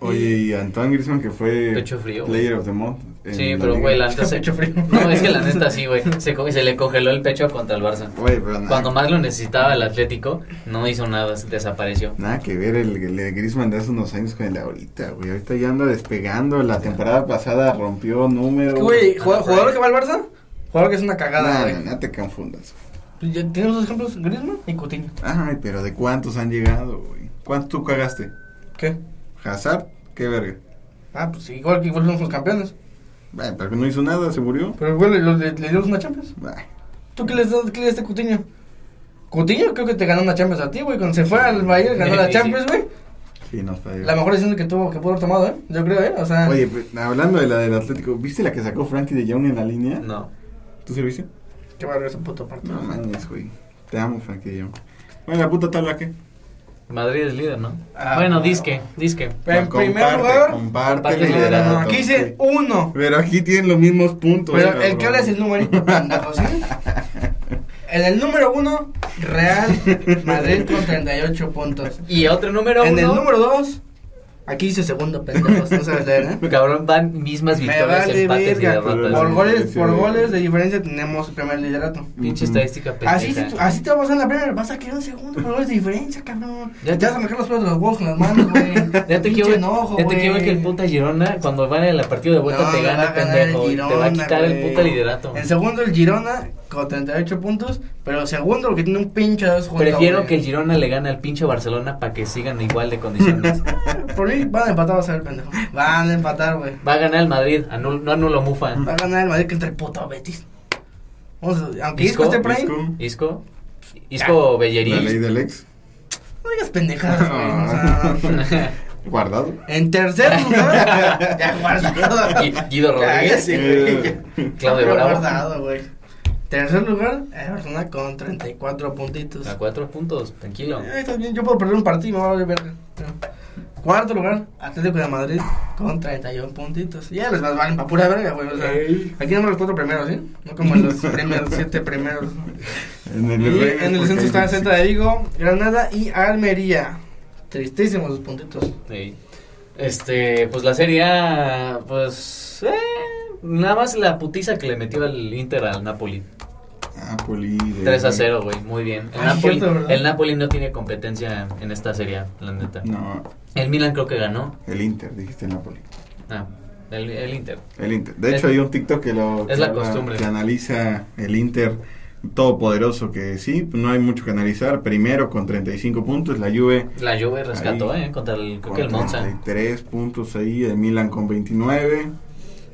[SPEAKER 3] Oye, y Antoine Griezmann que fue
[SPEAKER 1] Pecho frío.
[SPEAKER 3] Player of the Month. en
[SPEAKER 1] Sí,
[SPEAKER 3] la
[SPEAKER 1] pero
[SPEAKER 3] liga.
[SPEAKER 1] güey, la neta se...
[SPEAKER 2] Pecho frío.
[SPEAKER 1] No, es que la neta sí, güey. Se, co- se le congeló el pecho contra el Barça.
[SPEAKER 3] Güey, pero nada,
[SPEAKER 1] Cuando más lo necesitaba el Atlético, no hizo nada, se desapareció.
[SPEAKER 3] nada que ver el, el de Griezmann de hace unos años con el de ahorita, güey. Ahorita ya anda despegando. La temporada pasada rompió números.
[SPEAKER 2] Es que, güey, jugado- jugador que va al Barça, jugador que es una cagada,
[SPEAKER 3] Nah,
[SPEAKER 2] güey.
[SPEAKER 3] nah, nah, te confundas.
[SPEAKER 2] Ya tenemos dos ejemplos, Griezmann y Coutinho.
[SPEAKER 3] Ay, pero ¿de cuántos han llegado, güey? ¿Cuánto tú cagaste?
[SPEAKER 2] ¿Qué?
[SPEAKER 3] ¿Hazard? ¿Qué verga?
[SPEAKER 2] Ah, pues igual que igual somos los campeones.
[SPEAKER 3] Bueno, pero que no hizo nada, se murió.
[SPEAKER 2] Pero igual le, le, le dimos una Champions.
[SPEAKER 3] Bah,
[SPEAKER 2] ¿Tú qué le das qué le das a Coutinho? Coutinho creo que te ganó una Champions a ti, güey. Cuando se fue al Bayern ganó la
[SPEAKER 1] Sí, sí.
[SPEAKER 2] Champions, güey.
[SPEAKER 3] sí, nos falló.
[SPEAKER 2] La mejor decisión que tuvo, que pudo haber tomado, ¿eh? Yo creo, ¿eh? O sea,
[SPEAKER 3] Oye, pues, hablando de la del Atlético, ¿viste la que sacó Frankie de Jong en la línea?
[SPEAKER 1] No.
[SPEAKER 3] ¿Tú sí viste?
[SPEAKER 2] qué barrio ese puto partido.
[SPEAKER 3] No mames, güey. Te amo, Frankie de Jong. Bueno, la puta tabla, ¿qué?
[SPEAKER 1] Madrid es líder, ¿no?
[SPEAKER 2] Ah,
[SPEAKER 1] bueno,
[SPEAKER 2] claro.
[SPEAKER 1] disque, disque.
[SPEAKER 2] Pero en
[SPEAKER 3] Comparte,
[SPEAKER 2] primer lugar,
[SPEAKER 3] Comparte
[SPEAKER 1] comparte el
[SPEAKER 3] el liderato.
[SPEAKER 2] no, aquí dice
[SPEAKER 3] güey.
[SPEAKER 2] uno.
[SPEAKER 3] Pero aquí tienen los mismos puntos. eh,
[SPEAKER 2] Pero
[SPEAKER 3] cabrón.
[SPEAKER 2] el que habla es el numerito, pendejo, ¿sí? En el número uno, Real Madrid con 38 puntos.
[SPEAKER 1] Y otro número
[SPEAKER 2] En el
[SPEAKER 1] uno.
[SPEAKER 2] número dos, aquí dice segundo, pendejos, no sabes leer, ¿eh?
[SPEAKER 1] Cabrón, van mismas
[SPEAKER 2] Me
[SPEAKER 1] victorias,
[SPEAKER 2] vale
[SPEAKER 1] empates
[SPEAKER 2] verga,
[SPEAKER 1] y derrotas.
[SPEAKER 2] Por
[SPEAKER 3] Pues,
[SPEAKER 2] goles,
[SPEAKER 3] sí,
[SPEAKER 2] por
[SPEAKER 3] sí.
[SPEAKER 2] goles de diferencia tenemos el primer liderato.
[SPEAKER 1] Pinche
[SPEAKER 3] Ujú.
[SPEAKER 1] estadística pendeja.
[SPEAKER 2] Así, si tú- así te va a pasar en la primera, vas a quedar en segundo, pero es de diferencia, cabrón.
[SPEAKER 1] Ya
[SPEAKER 2] Ya te
[SPEAKER 1] te-
[SPEAKER 2] vas a marcar los pelos de los huevos con las manos, güey.
[SPEAKER 1] Ya te,
[SPEAKER 2] Pinche
[SPEAKER 1] quiero,
[SPEAKER 2] enojo,
[SPEAKER 1] ya te quiero
[SPEAKER 2] güey.
[SPEAKER 1] que el puta Girona, cuando van en la partida de vuelta,
[SPEAKER 2] No,
[SPEAKER 1] te
[SPEAKER 2] me va
[SPEAKER 1] gana,
[SPEAKER 2] a ganar el
[SPEAKER 1] pendejo. y te va a
[SPEAKER 2] Girona,
[SPEAKER 1] quitar el
[SPEAKER 2] güey.
[SPEAKER 1] puta liderato.
[SPEAKER 2] En segundo, el Girona con 38 puntos, pero segundo porque tiene un pinche dos juntos.
[SPEAKER 1] Prefiero
[SPEAKER 2] güey.
[SPEAKER 1] que el Girona le gane al pinche Barcelona para que sigan igual de condiciones.
[SPEAKER 2] Ah, Por mí van a empatar, vas a ver, pendejo. Van a empatar, güey.
[SPEAKER 1] Va a ganar el Madrid, anul- no anulo Mufa.
[SPEAKER 2] Va a ganar el Madrid que entre el puto Betis. Vamos a- aunque Isco
[SPEAKER 1] Isco,
[SPEAKER 2] esté por ahí,
[SPEAKER 3] Isco.
[SPEAKER 1] Isco, Isco
[SPEAKER 3] La ley
[SPEAKER 1] Bellerín.
[SPEAKER 3] del ex.
[SPEAKER 2] no digas pendejadas, güey. o sea,
[SPEAKER 3] Guardado.
[SPEAKER 2] en tercer lugar, ya guardado.
[SPEAKER 1] Gui- Guido Rodríguez, Eh,
[SPEAKER 2] Cállese, güey. ya.
[SPEAKER 3] Eh,
[SPEAKER 1] Claudio
[SPEAKER 2] Ya
[SPEAKER 1] Bravo.
[SPEAKER 2] guardado, güey. Tercer lugar, el Barcelona con 34 puntitos.
[SPEAKER 1] a cuatro puntos, tranquilo.
[SPEAKER 2] Eh, está bien, yo puedo perder un partido, me va a valer verga. Pero- Cuarto lugar, Atlético de Madrid con 31 puntitos. Ya les más valen para pura verga, güey. O sea,
[SPEAKER 1] Eh.
[SPEAKER 3] Ey.
[SPEAKER 2] aquí nomás los cuatro primeros, ¿sí? No como los primeros, siete primeros.
[SPEAKER 3] En
[SPEAKER 2] Y
[SPEAKER 3] Reyes,
[SPEAKER 2] en el
[SPEAKER 3] porque
[SPEAKER 2] centro
[SPEAKER 3] hay
[SPEAKER 2] está
[SPEAKER 3] veinte-
[SPEAKER 2] Celta de Vigo, Granada y Almería. Tristísimos los puntitos.
[SPEAKER 1] Sí. Este, pues la Serie A, pues. eh, nada más la putiza que le metió al Inter al Napoli.
[SPEAKER 3] Napoli.
[SPEAKER 1] 3 a 0, güey, muy bien. El,
[SPEAKER 2] Ah,
[SPEAKER 1] Napoli,
[SPEAKER 2] cierto, ¿verdad?
[SPEAKER 1] el Napoli no tiene competencia en esta Serie A, la neta.
[SPEAKER 3] No,
[SPEAKER 1] El Milan creo que ganó.
[SPEAKER 3] el Inter, dijiste el Napoli.
[SPEAKER 1] Ah, el, el Inter.
[SPEAKER 3] El Inter. De
[SPEAKER 1] Es-
[SPEAKER 3] hecho, hay un TikTok que lo.
[SPEAKER 1] es
[SPEAKER 3] que
[SPEAKER 1] la
[SPEAKER 3] habla-
[SPEAKER 1] costumbre.
[SPEAKER 3] Que analiza el Inter todopoderoso, que sí, no hay mucho que analizar. Primero con 35 puntos, la Juve.
[SPEAKER 1] La Juve rescató,
[SPEAKER 3] Ahí.
[SPEAKER 1] ¿eh? Contra el, creo
[SPEAKER 3] con
[SPEAKER 1] que el Monza.
[SPEAKER 3] 33 puntos ahí, el Milan con 29.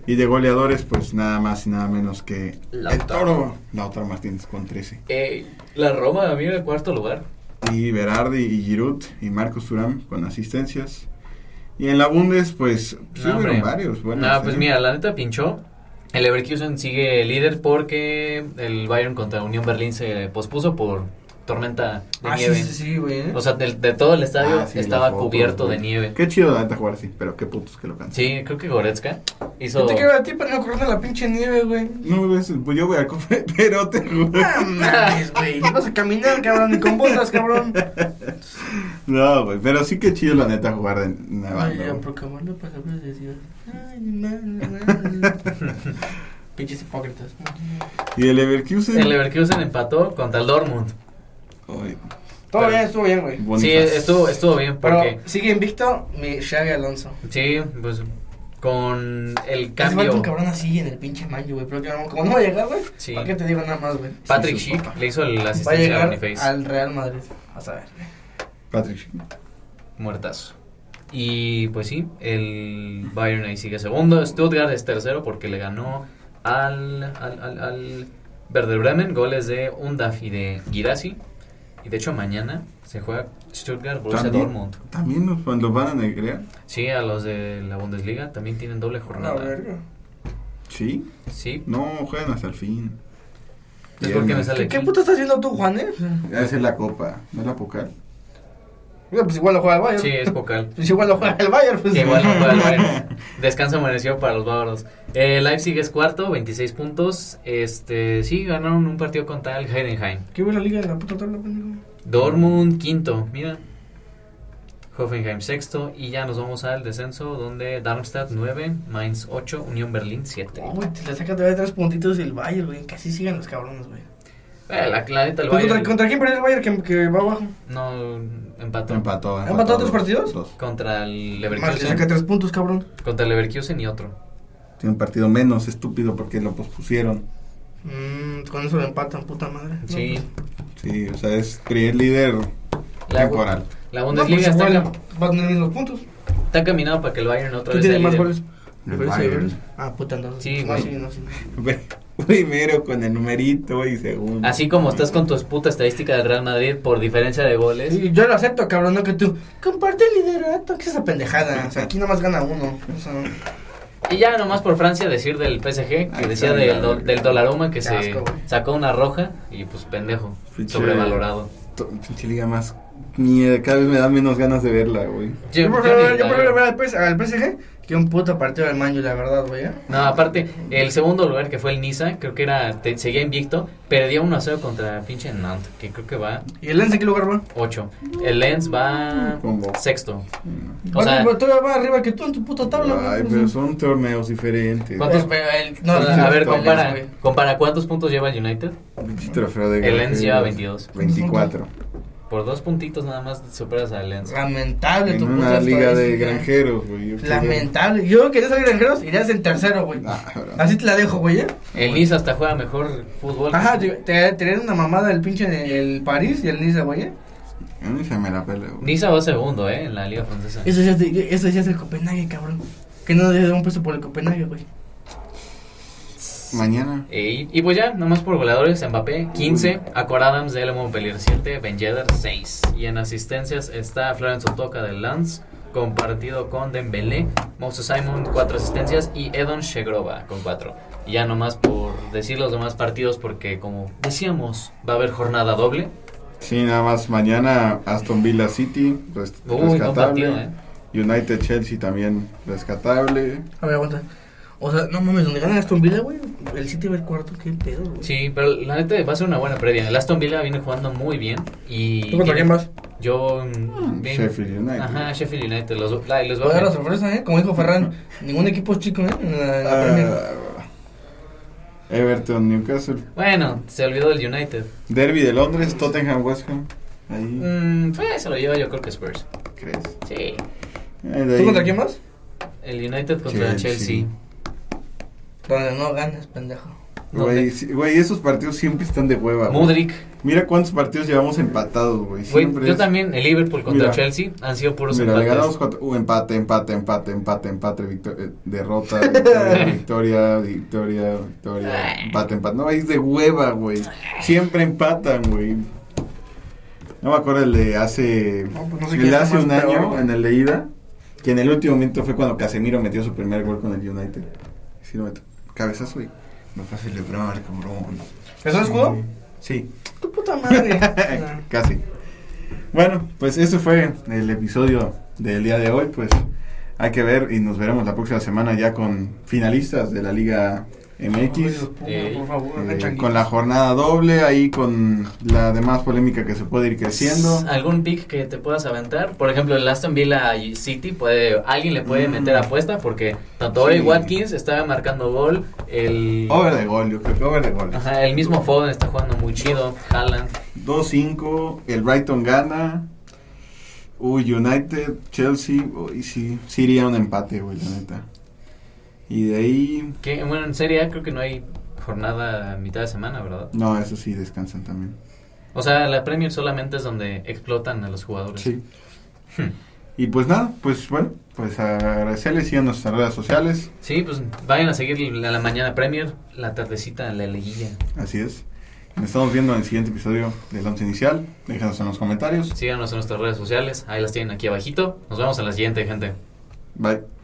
[SPEAKER 3] Y de goleadores, pues nada más y nada menos que el
[SPEAKER 1] Lautaro.
[SPEAKER 3] Toro, Lautaro Martínez con 13.
[SPEAKER 1] Eh, la Roma, mira, el cuarto lugar.
[SPEAKER 3] Y Berardi y Giroud y Marcos Turam con asistencias. Y en la Bundes, pues sí
[SPEAKER 1] No,
[SPEAKER 3] hubieron
[SPEAKER 1] hombre.
[SPEAKER 3] varios. ¿eh? Ah, Bueno,
[SPEAKER 1] no, pues mira, la neta pinchó. El Leverkusen sigue líder porque el Bayern contra Unión Berlín se pospuso por tormenta de
[SPEAKER 2] Ah, sí,
[SPEAKER 1] nieve.
[SPEAKER 2] sí, sí, güey. ¿eh?
[SPEAKER 1] O sea, del- de, todo el estadio
[SPEAKER 3] Ah, sí,
[SPEAKER 1] estaba
[SPEAKER 3] las fotos,
[SPEAKER 1] cubierto
[SPEAKER 3] güey.
[SPEAKER 1] de nieve.
[SPEAKER 3] Qué chido la neta jugar así, pero qué putos que lo cansan.
[SPEAKER 1] Sí, creo que Goretzka hizo...
[SPEAKER 2] Yo te quiero a ti para no correr la pinche nieve, güey.
[SPEAKER 3] No, pues, pues yo voy al cofre, pero te juro.
[SPEAKER 2] No mames, güey. Vas a caminar, cabrón, ni con botas, cabrón.
[SPEAKER 3] No, güey, pero sí que chido la neta jugar de nevando.
[SPEAKER 2] Ay,
[SPEAKER 3] güey.
[SPEAKER 2] porque bueno, pues a veces decía, ay, man, man. Pinches hipócritas.
[SPEAKER 3] Y el Leverkusen.
[SPEAKER 1] El Leverkusen empató contra el Dortmund.
[SPEAKER 3] Ay,
[SPEAKER 2] Todo
[SPEAKER 1] Pero-
[SPEAKER 2] bien, estuvo bien, güey.
[SPEAKER 1] Sí,
[SPEAKER 3] Bonifaz.
[SPEAKER 1] estuvo, estuvo bien
[SPEAKER 2] Pero
[SPEAKER 1] porque...
[SPEAKER 2] sigue invicto mi Xavi Alonso.
[SPEAKER 1] Sí, pues con el
[SPEAKER 2] Hace falta un
[SPEAKER 1] cambio...
[SPEAKER 2] cabrón así en el pinche mayo, güey. Pero que no- como no va a llegar, güey,
[SPEAKER 1] Sí.
[SPEAKER 2] ¿para qué te digo nada más, güey?
[SPEAKER 1] Patrick
[SPEAKER 3] Sí, su
[SPEAKER 1] Schick
[SPEAKER 3] papá.
[SPEAKER 1] le hizo la
[SPEAKER 2] Va a
[SPEAKER 1] asistencia a
[SPEAKER 2] llegar
[SPEAKER 1] Boniface.
[SPEAKER 2] al Real Madrid. Vas a ver.
[SPEAKER 3] Patrick.
[SPEAKER 1] Muertazo. Y pues sí, el Bayern ahí sigue segundo. Stuttgart es tercero porque le ganó al, al, al, al Werder Bremen. Goles de Undaf y de Guirassi. Y de hecho, mañana se juega Stuttgart Borussia
[SPEAKER 3] También,
[SPEAKER 1] Dortmund.
[SPEAKER 3] también nos, los van a negrear.
[SPEAKER 1] Sí, a los de la Bundesliga también tienen doble
[SPEAKER 2] Una
[SPEAKER 1] jornada.
[SPEAKER 2] verga.
[SPEAKER 3] Sí.
[SPEAKER 1] Sí.
[SPEAKER 3] No, juegan hasta el fin.
[SPEAKER 1] Es porque me
[SPEAKER 3] Viernes.
[SPEAKER 1] sale
[SPEAKER 2] ¿Qué, ¿Qué
[SPEAKER 1] aquí.
[SPEAKER 2] puto estás haciendo tú, Juan, eh?
[SPEAKER 3] Esa es la copa, no es la pocal.
[SPEAKER 2] Mira, Pues igual lo juega el Bayern.
[SPEAKER 1] Sí, es vocal.
[SPEAKER 2] Pues igual lo juega el Bayern. Pues.
[SPEAKER 1] Que igual no juega el Bayern. Descanso amaneció para los bávaros. Eh, Leipzig es cuarto, 26 puntos. Este, sí, ganaron un partido contra el Heidenheim.
[SPEAKER 2] ¿Qué buena liga de la puta pues, tabla, pendejo?
[SPEAKER 1] Dortmund quinto, mira. Hoffenheim sexto y ya nos vamos al descenso donde Darmstadt 9, Mainz 8, Unión Berlín 7.
[SPEAKER 2] No, güey, te le sacas todavía tres puntitos el Bayern, güey. Casi siguen los cabrones, güey.
[SPEAKER 1] Eh, la, la neta, el
[SPEAKER 2] ¿Contra,
[SPEAKER 1] Bayern
[SPEAKER 2] ¿Contra quién perdió el Bayern que, que va abajo?
[SPEAKER 1] no empató.
[SPEAKER 3] Empató.
[SPEAKER 2] ¿Han empatado tres partidos?
[SPEAKER 3] Dos.
[SPEAKER 1] Contra el
[SPEAKER 2] Más, le saca
[SPEAKER 1] Leverkusen.
[SPEAKER 2] tres puntos, cabrón.
[SPEAKER 1] Contra el Leverkusen y otro.
[SPEAKER 3] Tiene un partido menos estúpido porque lo pospusieron.
[SPEAKER 2] Mm, con eso lo empatan, puta madre. No,
[SPEAKER 1] Sí.
[SPEAKER 3] Sí, o sea, es primer líder
[SPEAKER 1] La-
[SPEAKER 3] temporal.
[SPEAKER 1] La
[SPEAKER 2] pues, no, pues
[SPEAKER 1] Bundesliga está,
[SPEAKER 2] igual
[SPEAKER 1] cam-
[SPEAKER 2] va a tener mismos puntos.
[SPEAKER 1] está caminado para que el Bayern otra
[SPEAKER 2] ¿Quién
[SPEAKER 1] vez sea
[SPEAKER 2] tiene más
[SPEAKER 1] líder.
[SPEAKER 2] goles?
[SPEAKER 3] El
[SPEAKER 2] ¿Goles
[SPEAKER 3] Bayern.
[SPEAKER 2] goles? Ah, puta, entonces.
[SPEAKER 1] Sí,
[SPEAKER 2] no,
[SPEAKER 1] güey.
[SPEAKER 2] sí, no, sí.
[SPEAKER 3] Ve, Primero con el numerito y segundo.
[SPEAKER 1] Así como estás con tu puta estadística del Real Madrid por diferencia de goles.
[SPEAKER 2] Y yo lo acepto, cabrón, no que tú. Comparte el liderato, que es esa pendejada. O sea, aquí nomás gana uno. O sea,
[SPEAKER 1] Y ya nomás por Francia decir del PSG, que
[SPEAKER 3] Ahí
[SPEAKER 1] decía
[SPEAKER 3] está,
[SPEAKER 1] del,
[SPEAKER 3] ya,
[SPEAKER 1] do-
[SPEAKER 3] ya.
[SPEAKER 1] del Dolaruma que
[SPEAKER 2] Qué
[SPEAKER 1] se
[SPEAKER 2] asco, güey.
[SPEAKER 1] sacó una roja y pues pendejo,
[SPEAKER 3] Pinche-
[SPEAKER 1] sobrevalorado.
[SPEAKER 3] To- Pinche liga más. Mierda, cada vez me dan menos ganas de verla, güey.
[SPEAKER 1] Yo-
[SPEAKER 2] yo,
[SPEAKER 1] yo
[SPEAKER 2] prefiero,
[SPEAKER 1] ni-
[SPEAKER 2] yo prefiero ver al, PS al PSG que un puto partido del Manju, la verdad, güey. ¿eh?
[SPEAKER 1] No, aparte, el segundo lugar que fue el Niza, creo que era, te- seguía invicto, perdió 1 0 contra pinche Nantes, que creo que va
[SPEAKER 2] ¿Y el Lens en qué lugar va?
[SPEAKER 1] 8. El Lens va
[SPEAKER 3] Combo.
[SPEAKER 1] sexto. O
[SPEAKER 2] O
[SPEAKER 1] sea,
[SPEAKER 2] todavía va arriba que tú en tu puta tabla, güey.
[SPEAKER 3] Ay,
[SPEAKER 2] O sea,
[SPEAKER 3] pero son torneos diferentes.
[SPEAKER 1] ¿Cuántos-
[SPEAKER 2] pero el-
[SPEAKER 1] a
[SPEAKER 2] no,
[SPEAKER 1] ver,
[SPEAKER 2] no,
[SPEAKER 1] a ver,
[SPEAKER 2] no,
[SPEAKER 1] compara,
[SPEAKER 2] güey.
[SPEAKER 1] compara cuántos puntos lleva el United.
[SPEAKER 3] Pinche trofeo de
[SPEAKER 1] El Lens lleva
[SPEAKER 3] Garfield.
[SPEAKER 1] 22.
[SPEAKER 3] 24.
[SPEAKER 1] Por dos puntitos nada más superas al Lens.
[SPEAKER 2] Ah, Lamentable
[SPEAKER 3] En
[SPEAKER 2] tu
[SPEAKER 3] una
[SPEAKER 2] puta
[SPEAKER 3] liga de
[SPEAKER 2] estadística.
[SPEAKER 3] granjeros, güey. Yo creo-
[SPEAKER 2] Lamentable. Yo quería salir granjeros, irías en tercero, güey.
[SPEAKER 3] Ah, cabrón.
[SPEAKER 2] Así te la dejo, güey, ¿eh?
[SPEAKER 1] El Niza hasta juega mejor fútbol.
[SPEAKER 2] Ajá, te, te, te dieron una mamada el pinche de- el París y el Niza, güey, ¿eh?
[SPEAKER 3] A mí se me la pela, güey.
[SPEAKER 1] Niza va segundo, ¿eh? En la liga francesa.
[SPEAKER 2] Eso ya es, de, eso ya es del Copenhague, cabrón. Que no le un peso por el Copenhague, güey.
[SPEAKER 3] Mañana.
[SPEAKER 1] Y, y pues ya, nomás por goleadores, Mbappé 15, Acor Adams del Montpellier 7, Ben Yedder 6. Y en asistencias está Florence Otoka del Lance, compartido con Dembélé, Moses Simon 4 asistencias y Edon Shegrova con 4. Y ya nomás por decir los demás partidos porque como decíamos, va a haber jornada doble.
[SPEAKER 3] Sí, nada más mañana Aston Villa City, res-
[SPEAKER 1] Uy, buen
[SPEAKER 3] rescatable.
[SPEAKER 1] partido, ¿eh?
[SPEAKER 3] United Chelsea también rescatable.
[SPEAKER 2] A ver, aguanta. O sea, no mames, donde ganan Aston Villa, güey, el City va el cuarto, qué pedo, güey.
[SPEAKER 1] Sí, pero la neta va a ser una buena previa. El Aston Villa viene jugando muy bien y...
[SPEAKER 2] ¿Tú contra quién vas?
[SPEAKER 1] Yo... mm, bien-
[SPEAKER 3] Ah, Sheffield United.
[SPEAKER 1] Ajá, Sheffield United. Los, la- los
[SPEAKER 2] Voy a dar la
[SPEAKER 1] veo.
[SPEAKER 2] sorpresa, ¿eh? Como dijo Ferran, ningún equipo es chico, ¿eh? En la, en la Premier.
[SPEAKER 3] Ah, Everton, Newcastle.
[SPEAKER 1] Bueno, se olvidó del United.
[SPEAKER 3] Derby de Londres, Tottenham, West Ham. Ahí,
[SPEAKER 1] Mm, pues se lo lleva yo creo que Spurs.
[SPEAKER 3] ¿crees?
[SPEAKER 1] Sí.
[SPEAKER 3] Eh, de
[SPEAKER 2] ¿Tú
[SPEAKER 3] ahí-
[SPEAKER 2] contra quién vas?
[SPEAKER 1] El United contra
[SPEAKER 3] Chelsea.
[SPEAKER 1] Chelsea.
[SPEAKER 2] Donde no ganas, pendejo.
[SPEAKER 3] Güey, sí, güey, esos partidos siempre están de hueva. güey.
[SPEAKER 1] Mudrik.
[SPEAKER 3] Mira cuántos partidos llevamos empatados, güey.
[SPEAKER 1] Güey,
[SPEAKER 3] Siempre
[SPEAKER 1] yo
[SPEAKER 3] es-
[SPEAKER 1] también, el Liverpool contra
[SPEAKER 3] Mira.
[SPEAKER 1] Chelsea han sido puros
[SPEAKER 3] Mira, le ganamos
[SPEAKER 1] empates.
[SPEAKER 3] cuatro. Uh, empate, empate, empate, empate, empate, victo- eh, derrota, victoria, victoria, victoria, victoria, empate, empate. No, es de hueva, güey. Siempre empatan, güey. No me acuerdo el de hace.
[SPEAKER 2] No, pues no sé
[SPEAKER 3] el
[SPEAKER 2] quién
[SPEAKER 3] de
[SPEAKER 2] está
[SPEAKER 3] hace
[SPEAKER 2] más
[SPEAKER 3] un
[SPEAKER 2] peor,
[SPEAKER 3] año,
[SPEAKER 2] güey.
[SPEAKER 3] en el de ida, que en el último momento fue cuando Casemiro metió su primer gol con el United. Sí, lo meto. Cabezazo, güey. No fue a celebrar, cabrón.
[SPEAKER 2] ¿Es un escudo?
[SPEAKER 3] Sí.
[SPEAKER 2] Tu puta madre. Nah.
[SPEAKER 3] Casi. Bueno, pues eso fue el episodio del día de hoy. Pues hay que ver y nos veremos la próxima semana ya con finalistas de la Liga MX.
[SPEAKER 1] Eh,
[SPEAKER 2] Por favor,
[SPEAKER 3] eh,
[SPEAKER 2] changuitos.
[SPEAKER 3] con la jornada doble, ahí con la demás polémica que se puede ir creciendo.
[SPEAKER 1] ¿Algún pick que te puedas aventar? Por ejemplo, el Aston Villa y City, puede, alguien le puede
[SPEAKER 3] Mm.
[SPEAKER 1] meter apuesta porque tanto Ori
[SPEAKER 3] Sí.
[SPEAKER 1] Watkins está marcando gol, el,
[SPEAKER 3] Over de gol, yo creo que over de gol.
[SPEAKER 1] ajá, el mismo Foden está jugando muy chido, Haaland.
[SPEAKER 3] 2-5, el Brighton gana. Uy, United, Chelsea, uy, sí, sí iría un empate, güey, la neta. Y de ahí,
[SPEAKER 1] Que, bueno, en Serie A creo que no hay jornada a mitad de semana, ¿verdad?
[SPEAKER 3] no, eso sí, descansan también.
[SPEAKER 1] O sea, la Premier solamente es donde explotan a los jugadores.
[SPEAKER 3] Sí.
[SPEAKER 1] Pues Hmm.
[SPEAKER 3] Y pues nada, pues bueno, pues agradecerles, sigan nuestras redes sociales,
[SPEAKER 1] Sí, pues vayan a seguir la, la mañana Premier, la tardecita, la liguilla.
[SPEAKER 3] así es. Nos estamos viendo en el siguiente episodio del Once Inicial, déjanos en los comentarios.
[SPEAKER 1] Síganos en nuestras redes sociales, ahí las tienen aquí abajito. Nos vemos en la siguiente, gente.
[SPEAKER 3] Bye.